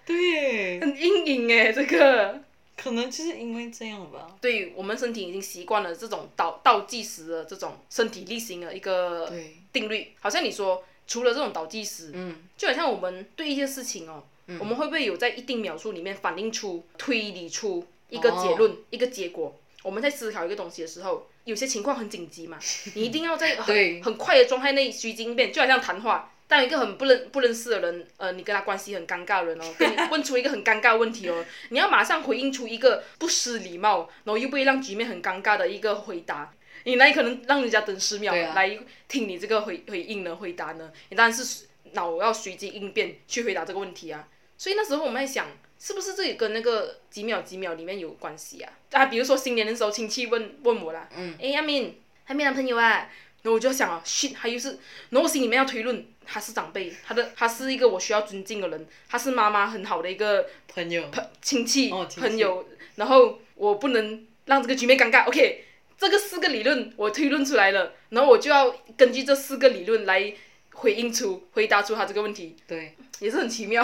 S1: 对，
S2: 很阴影哎，这个。
S1: 可能就是因为这样吧。
S2: 对我们身体已经习惯了这种倒倒计时的这种身体力行的一个
S1: 对，
S2: 定律，好像你说除了这种倒计时，
S1: 嗯，
S2: 就好像我们对一些事情哦，我们会不会有在一定秒数里面反映出、推理出一个结论、一个结果？我们在思考一个东西的时候，有些情况很紧急嘛，你一定要在很
S1: 对
S2: 很快的状态内虚惊变，就好像谈话。当一个很不认不认识的人，呃，你跟他关系很尴尬的人哦，跟你问出一个很尴尬的问题哦，你要马上回应出一个不失礼貌，然后又不会让局面很尴尬的一个回答。你哪里可能让人家等十秒
S1: 对啊
S2: 来听你这个回回应呢？回答呢？你当然是脑要随机应变去回答这个问题啊。所以那时候我们在想，是不是这也跟那个几秒几秒里面有关系啊？啊，比如说新年的时候，亲戚问问我啦，嗯，哎，阿敏还没男朋友啊？然后我就要想啊，shit，他又是，然后我心里面要推论，他是长辈，他的他是一个我需要尊敬的人，他是妈妈很好的一个
S1: 朋友，
S2: 亲戚、
S1: 哦亲戚
S2: 朋友，然后我不能让这个局面尴尬。OK，这个四个理论我推论出来了，然后我就要根据这四个理论来回应出、回答出他这个问题，
S1: 对，
S2: 也是很 奇妙。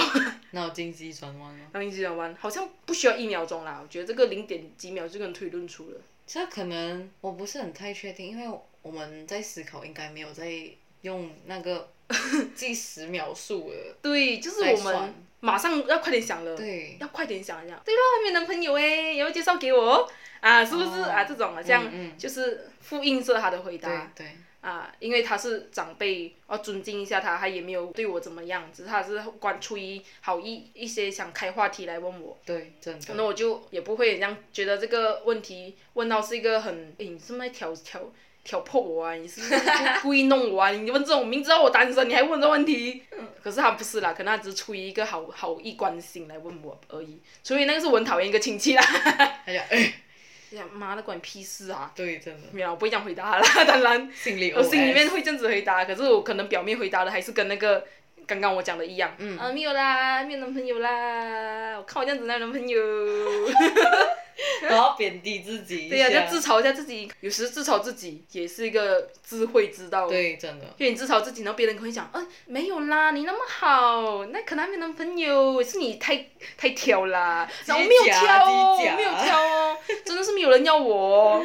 S1: 脑筋急转弯吗？
S2: 让你急转弯，好像不需要一秒钟啦，我觉得这个零点几秒就能推论出了。
S1: 这可能我不是很太确定，因为我们在思考，应该没有在用那 个计时秒数的。
S2: 对，就是
S1: 来
S2: 我
S1: 算
S2: 们马上要快点想了，
S1: 对，
S2: 要快点想一下。对咯，还没有男朋友哎，要不要介绍给我啊？是不是、
S1: 哦
S2: 啊？这种啊，这样、
S1: 嗯嗯
S2: 就是复映射他的回答。
S1: 对对，
S2: 啊，因为他是长辈，要尊敬一下他，他也没有对我怎么样，只是他是关出于好意一些想开话题来问我，
S1: 对，真的。
S2: 那我就也不会这样觉得这个问题问到是一个很，诶，你是不是在挑挑挑破我啊？你是不是故意弄我啊？你问这种明知道我单身，你还问这问题？可是他不是啦，可能他只是出于一个好好意关心来问我而已，所以那个是我很讨厌一个亲戚啦，
S1: 他讲，哎，
S2: 哎呀妈的，关你屁事啊！
S1: 对，真的，
S2: 没有啦，我不会这样回答他啦，当然。
S1: 心里
S2: 我心里
S1: OS
S2: 面会这样子回答，可是我可能表面回答的还是跟那个刚刚我讲的一样。嗯。啊，没有啦，没有男朋友啦，我看我这样子哪有男 朋友？
S1: 然后贬低自己一
S2: 对呀、啊
S1: 下
S2: 就自嘲一下自己，有时自嘲自己也是一个智慧之道。。
S1: 对，真的，
S2: 因为你自嘲自己，然后别人可能会讲，嗯、没有啦，你那么好，那可能还没有男朋友，是你太太挑啦，
S1: 假
S2: 然后没有挑哦，
S1: 机假
S2: 我 没有挑哦，真的是没有人要我哦，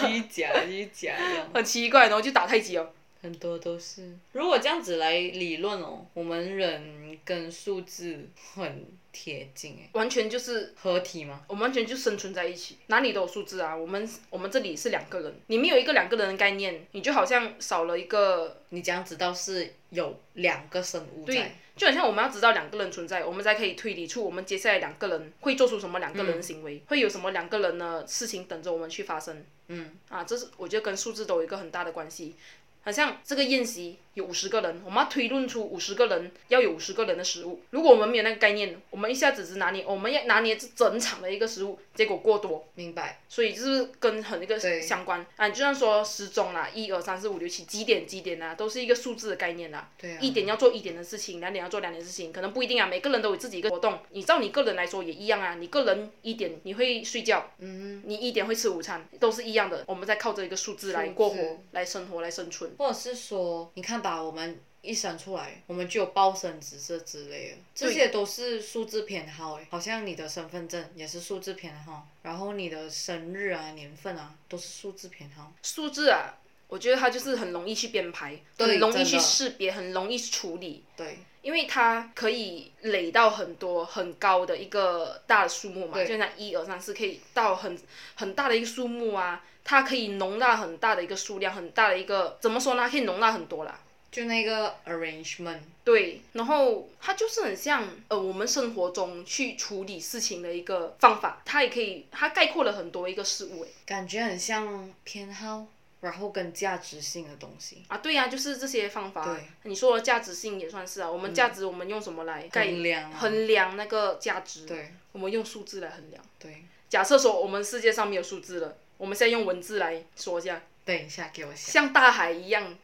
S1: 虚假虚假这样。
S2: 很奇怪，然后就打太极哦，
S1: 很多都是。如果这样子来理论哦，我们人跟数字很贴近诶，
S2: 完全就是
S1: 合体吗？
S2: 我们完全就生存在一起，哪里都有数字啊。我们我们这里是两个人，你没有一个两个人的概念，你就好像少了一个，
S1: 你这样知道是有两个生物在，
S2: 就很像我们要知道两个人存在，我们才可以推理出我们接下来两个人会做出什么两个人的行为，会有什么两个人的事情等着我们去发生。
S1: 嗯，
S2: 啊，这是我觉得跟数字都有一个很大的关系。好像这个宴席有五十个人，我们要推论出五十个人要有五十个人的食物。如果我们没有那个概念，我们一下子只拿捏，我们要拿捏这整场的一个食物，结果过多，
S1: 明白？
S2: 所以就是跟很那个
S1: 对
S2: 相关啊，你就算说时钟啦，一二三四五六七几点几点啊，都是一个数字的概念啦。
S1: 对啊，
S2: 一点要做一点的事情，两点要做两点的事情，可能不一定啊。每个人都有自己一个活动，你照你个人来说也一样啊。你个人一点你会睡觉，嗯，你一点会吃午餐，都是一样的。我们在靠着一个数字来
S1: 数字
S2: 过活、来生活、来生存。
S1: 或者是说，你看吧，我们一生出来，我们就有报生子这之类的，这些都是数字偏好诶，好像你的身份证也是数字偏好，然后你的生日啊、年份啊都是数字偏好，
S2: 数字啊，我觉得它就是很容易去编排，
S1: 对
S2: 很容易
S1: 真
S2: 去
S1: 的
S2: 识别，很容易处理。
S1: 对，
S2: 因为它可以垒到很多很高的一个大的数目嘛，
S1: 对
S2: 就像一二三四，可以到很很大的一个数目啊，它可以容纳很大的一个数量，很大的一个怎么说呢？它可以容纳很多啦。
S1: 就那个 arrangement，
S2: 对，然后它就是很像呃我们生活中去处理事情的一个方法，它也可以它概括了很多一个事物诶欸
S1: 感觉很像偏好，然后跟价值性的东西
S2: 啊，对呀、就是这些方法啊
S1: 对。嗯
S2: 你说的价值性也算是啊，我们价值我们用什么来概
S1: 衡量啊
S2: 衡量那个价值？
S1: 对，
S2: 我们用数字来衡量。
S1: 对，
S2: 假设说我们世界上没有数字了，我们现在用文字来说一下，
S1: 等一下给我想，
S2: 像大海一样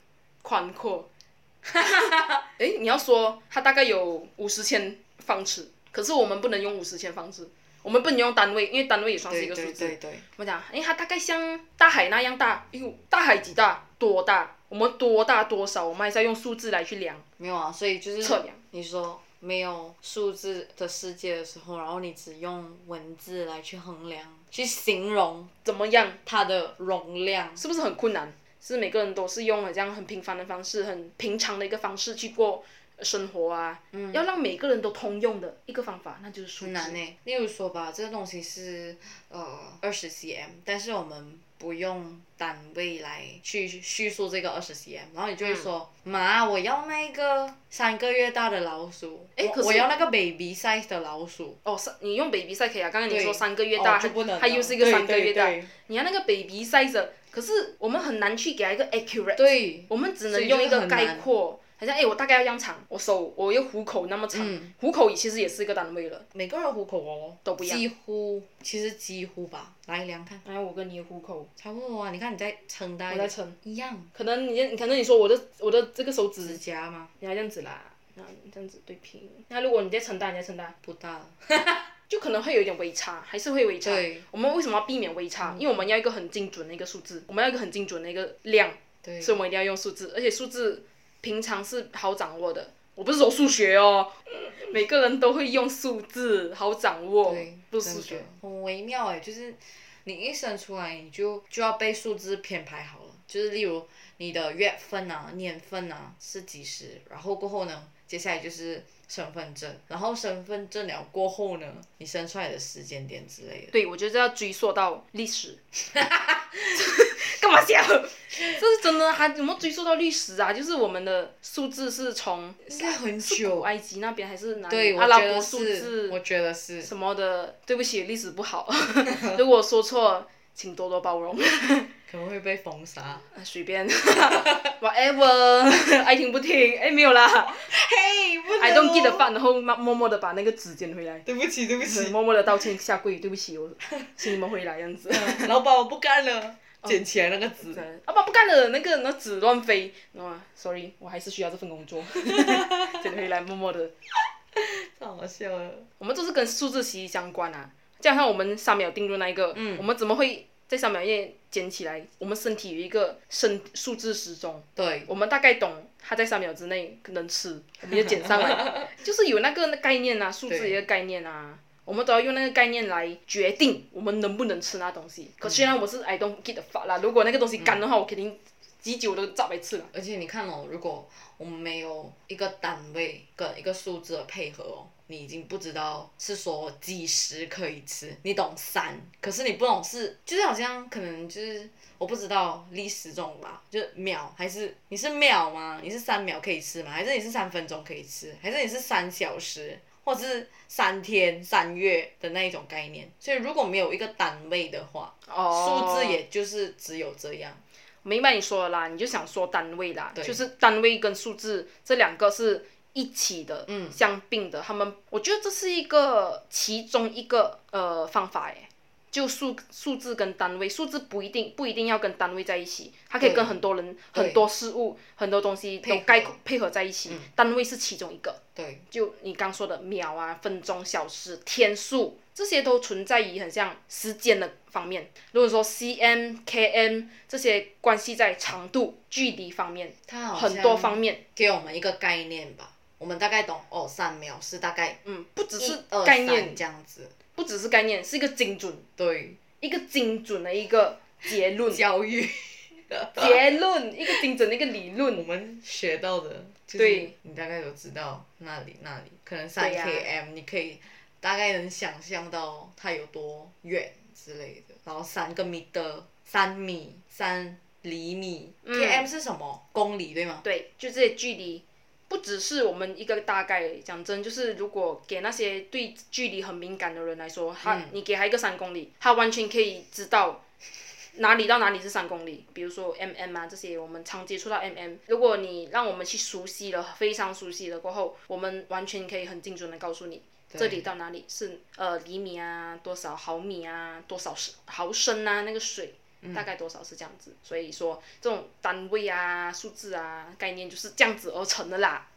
S2: 宽阔。 诶，你要说它大概有五十千方尺，可是我们不能用五十千方尺，我们不能用单位，因为单位也算是一
S1: 对
S2: 个数
S1: 对
S2: 字。
S1: 对对，
S2: 我们讲，诶，它大概像大海那样大，哎呦，大海几大？多大？我们多大多少？我们还是要用数字来去量
S1: 没有啊，所以就是
S2: 测量。
S1: 你说没有数字的世界的时候，然后你只用文字来去衡量、去形容
S2: 怎么样？
S1: 它的容量，
S2: 是不是很困难？是每个人都是用这样很平凡的方式、很平常的一个方式去过生活啊。嗯、要让每个人都通用的一个方法，那就是数
S1: 很
S2: 字。
S1: 难呢、例如说吧，这个东西是呃二十 cm，但是我们不用单位来去叙述这个二十 cm，然后你就
S2: 嗯
S1: 会说，妈，我要那个三个月大的老鼠，
S2: 诶
S1: 我
S2: 可是
S1: 我要那个 baby size 的老鼠，
S2: 哦，三你用 baby size 可以啊，刚刚你说
S1: 对
S2: 三个月大，
S1: 哦就不能了
S2: 它又是一个三个月大，
S1: 对对对
S2: 你看那个 baby size，的可是我们很难去给它一个 accurate，
S1: 对，
S2: 我们只能用
S1: 所
S2: 一
S1: 以就是
S2: 个
S1: 很
S2: 概
S1: 难
S2: 括，好像哎，我大概要这样长，我手我有虎口那么长，
S1: 嗯
S2: 虎口其实也是一个单位了。
S1: 每个人虎口哦
S2: 都不一样
S1: 几乎其实几乎吧，来量看，
S2: 哎，我跟你的虎口，
S1: 差不多啊。你看你在撑大
S2: 我
S1: 概
S2: 在称，
S1: 一样
S2: 可能你你可能你说我的我的这个手指
S1: 指甲吗？
S2: 你要这样子啦，然后你这样子对平。那如果你在承担，你在承担，
S1: 不大，
S2: 就可能会有一点微差，还是会微差。
S1: 对，嗯
S2: 我们为什么要避免微差？因为我们要一个很精准的一个数字，我们要一个很精准的一个量，
S1: 对，
S2: 所以我们一定要用数字，而且数字平常是好掌握的。我不是说数学哦， 每个人都会用数字好掌握
S1: 对，，
S2: 不是数
S1: 真
S2: 学
S1: 的。很微妙哎、就是你一生出来你就就要被数字编排好了，就是例如你的月份啊、年份啊是几时，然后过后呢，接下来就是身份证，然后身份证了过后呢，你生出来的时间点之 类的。
S2: 对，我觉得要追溯到 历史。干嘛笑？这是真的，还有没有追溯到历史啊？就是我们的数字是从
S1: 应该很
S2: 是古
S1: 久，
S2: 埃及那边还是哪里？
S1: 对，我
S2: 阿拉
S1: 觉
S2: 伯
S1: 得
S2: 数
S1: 啊是，我
S2: 字
S1: 觉得是。
S2: 什么的。对不起，历史不 好，如果说错，请多多包 容。
S1: 可能会被封杀。
S2: 啊随便 ，whatever，爱听 不听。哎，没有啦
S1: 嘿，不
S2: ，I don't give a fuck，然后默默默的把那个纸捡回 来，
S1: 对不起，对不起，
S2: 默默的道歉下跪，对不起，我请你们回来这样子。
S1: 老板我不干了，捡起来那个纸。
S2: 啊不不干了，那个那纸乱飞，啊，sorry，我还是需要这份工作， 捡回来默默的。
S1: 太好笑了。
S2: 我们都是跟数字息息相关啊，加上我们三秒定论那一个，
S1: 嗯
S2: 我们怎么会在三秒内捡起来？我们身体有一个身数字时钟，
S1: 对，
S2: 我们大概懂它在三秒之内能吃，我们就捡上来，就是有那个概念啊，数字的一个概念啊。我们都要用那个概念来决定我们能不能吃那东西。可虽然我是 I don't get the fuck 啦，如果那个东西干的话，我肯定几久都炸白吃了。
S1: 而且你看哦，如果我们没有一个单位跟一个数字的配合哦，你已经不知道是说几时可以吃，哦你懂三，可是你不懂是，就是好像可能就是我不知道历史这种吧，就是秒还是你是秒吗？你是三秒可以吃吗？还是你是三分钟可以吃？还是你是三小时？或者是三天、三月的那一种概念，所以如果没有一个单位的话，数
S2: 哦，
S1: 字也就是只有这样。
S2: 明白你说的啦，你就想说单位啦，
S1: 对
S2: 就是单位跟数字这两个是一起的，嗯，相并的。他们，我觉得这是一个其中一个呃方法诶，就数数字跟单位，数字不一定不一定要跟单位在一起，它可以
S1: 对
S2: 跟很多人、
S1: 对
S2: 很多事物、很多东西
S1: 配
S2: 都
S1: 合嗯
S2: 概括配合在一起。单位是其中一个，
S1: 对，
S2: 就你刚说的秒啊、分钟、小时、天数，这些都存在于很像时间的方面。如果说 cm、km 这些关系在长度、距离方面，
S1: 它好像
S2: 很多方面，
S1: 给我们一个概念吧。我们大概懂哦，三秒是大概
S2: 嗯，不只是
S1: 一二
S2: 概
S1: 三
S2: 念，
S1: 这样子。
S2: 不只是概念，是一个精准、
S1: 对，，
S2: 一个精准的一个结论
S1: 教育
S2: 结论，一个精准的一个理
S1: 我
S2: 论。
S1: 们学到的，就是
S2: 对
S1: 你大概有知道那里那里，可能三
S2: 对啊呀
S1: km，、你可以大概能想象到它有多远之类的。然后三个 meter，三米，三厘米、
S2: 嗯
S1: k m 是什么？公里对吗？
S2: 对，就这些距离，不只是我们一个大概。讲真，就是如果给那些对距离很敏感的人来说，他、你给他一个三公里，他完全可以知道。哪里到哪里是三公里？比如说 mm 啊这些，我们常接触到 mm。如果你让我们去熟悉了，非常熟悉了过后，我们完全可以很精准的告诉你
S1: 对
S2: 这里到哪里是呃厘米啊，多少毫米啊，多少是毫升啊，那个水
S1: 嗯
S2: 大概多少是这样子。所以说这种单位啊、数字啊、概念就是这样子而成的啦，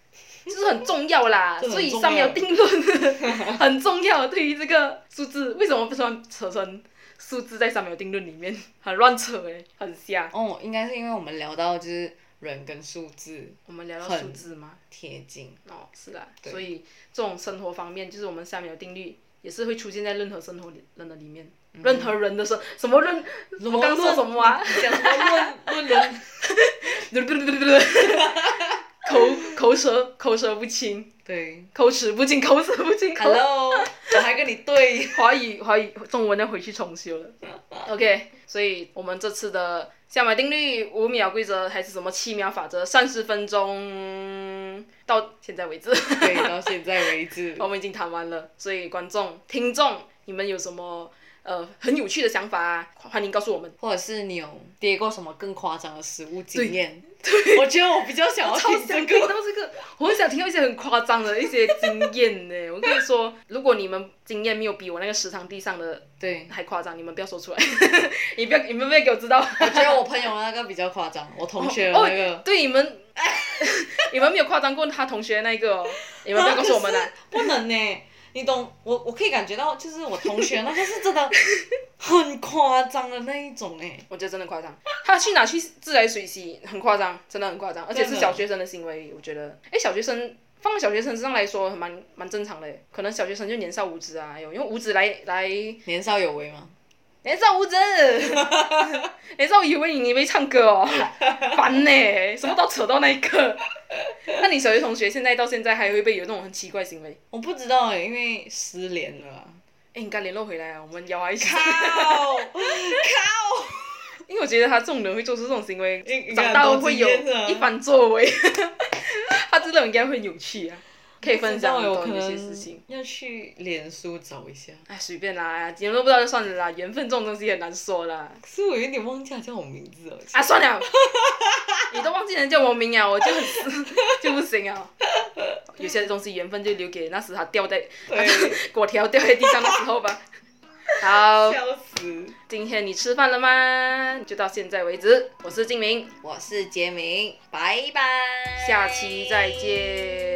S2: 就是很重要啦。
S1: 这很
S2: 所以
S1: 重
S2: 上面
S1: 要
S2: 有定论 很重要，对于这个数字，为什么不算扯成数字在三秒定论里面很乱扯诶、很瞎。
S1: 哦，应该是因为我们聊到就是人跟数字
S2: 我们聊到
S1: 很
S2: 数字吗？
S1: 贴近。
S2: 哦，是啦，
S1: 对
S2: 所以这种生活方面，就是我们三秒定律也是会出现在任何生活里人的里面，任何人的生什么任，
S1: 什
S2: 我刚说什么啊？
S1: 你讲什么论论人？
S2: 口口舌口舌不清，
S1: 对
S2: 口齿不清，口齿不清，口
S1: ，Hello，我还跟你对。
S2: 华语华语中文要回去重修了。OK，所以我们这次的下马定律、五秒规则还是什么七秒法则，三十分钟到现在为止，
S1: 对，到现在为止，
S2: 我们已经谈完了。所以观众、听众，你们有什么呃很有趣的想法、啊，欢迎告诉我们。
S1: 或者是你有跌过什么更夸张的食物经验？我觉得我比较想要
S2: 超
S1: 听
S2: 想
S1: 这
S2: 听
S1: 个。
S2: 到这个，我很想听到一些很夸张的一些经验呢。我跟你说，如果你们经验没有比我那个食堂地上的
S1: 对，
S2: 还夸张，你们不要说出来， 你不要，你们不要给我知道。
S1: 我觉得我朋友那个比较夸张，我同学的
S2: 哦
S1: 那个。
S2: 对你们， 你们没有夸张过他同学那一个哦，你们不要告诉我们
S1: 啊
S2: 的。
S1: 可是不能呢，你懂我，我可以感觉到，就是我同学那个是真的 很夸张的那一种哎。
S2: 我觉得真的夸张，他去哪去自来水洗，很夸张，真的很夸张，而且
S1: 真
S2: 是
S1: 的
S2: 小学生的行为，我觉得，哎，小学生放在小学生身上来说，蛮蛮正常的，可能小学生就年少无知啊，有用无知来来
S1: 年少有为嘛，
S2: 年少 无知，年少以为你会唱歌哦，烦呢、什么都扯到那一个。那你小学同学现在到现在还会不会有那种很奇怪行为？
S1: 我不知道哎，因为失联了啊。
S2: 哎、你该联络回来啊，我们摇啊一起
S1: 靠。靠！
S2: 因为我觉得他这种人会做出这种行为
S1: 应，应该
S2: 长大后
S1: 很多
S2: 会
S1: 经
S2: 有
S1: 验啊
S2: 一番作为。 他这种应该会很有趣啊，可以分享
S1: 不知道欸
S2: 很
S1: 我
S2: 多
S1: 可
S2: 有些事情
S1: 能。要去脸书找一下。
S2: 哎，随便啦，联络不到就算了啦，缘分这种东西很难说啦。
S1: 可是我有点忘记他叫我名字了。
S2: 啊，算了，你都忘记人叫我名啊，我就就不行啊。有些东西缘分就留给那时他掉在
S1: 对，
S2: 果条掉在地上的时 候吧。好，
S1: 笑死！
S2: 今天你吃饭了吗？就到现在为止。我是静明，
S1: 我是杰明，拜拜，
S2: 下期再见。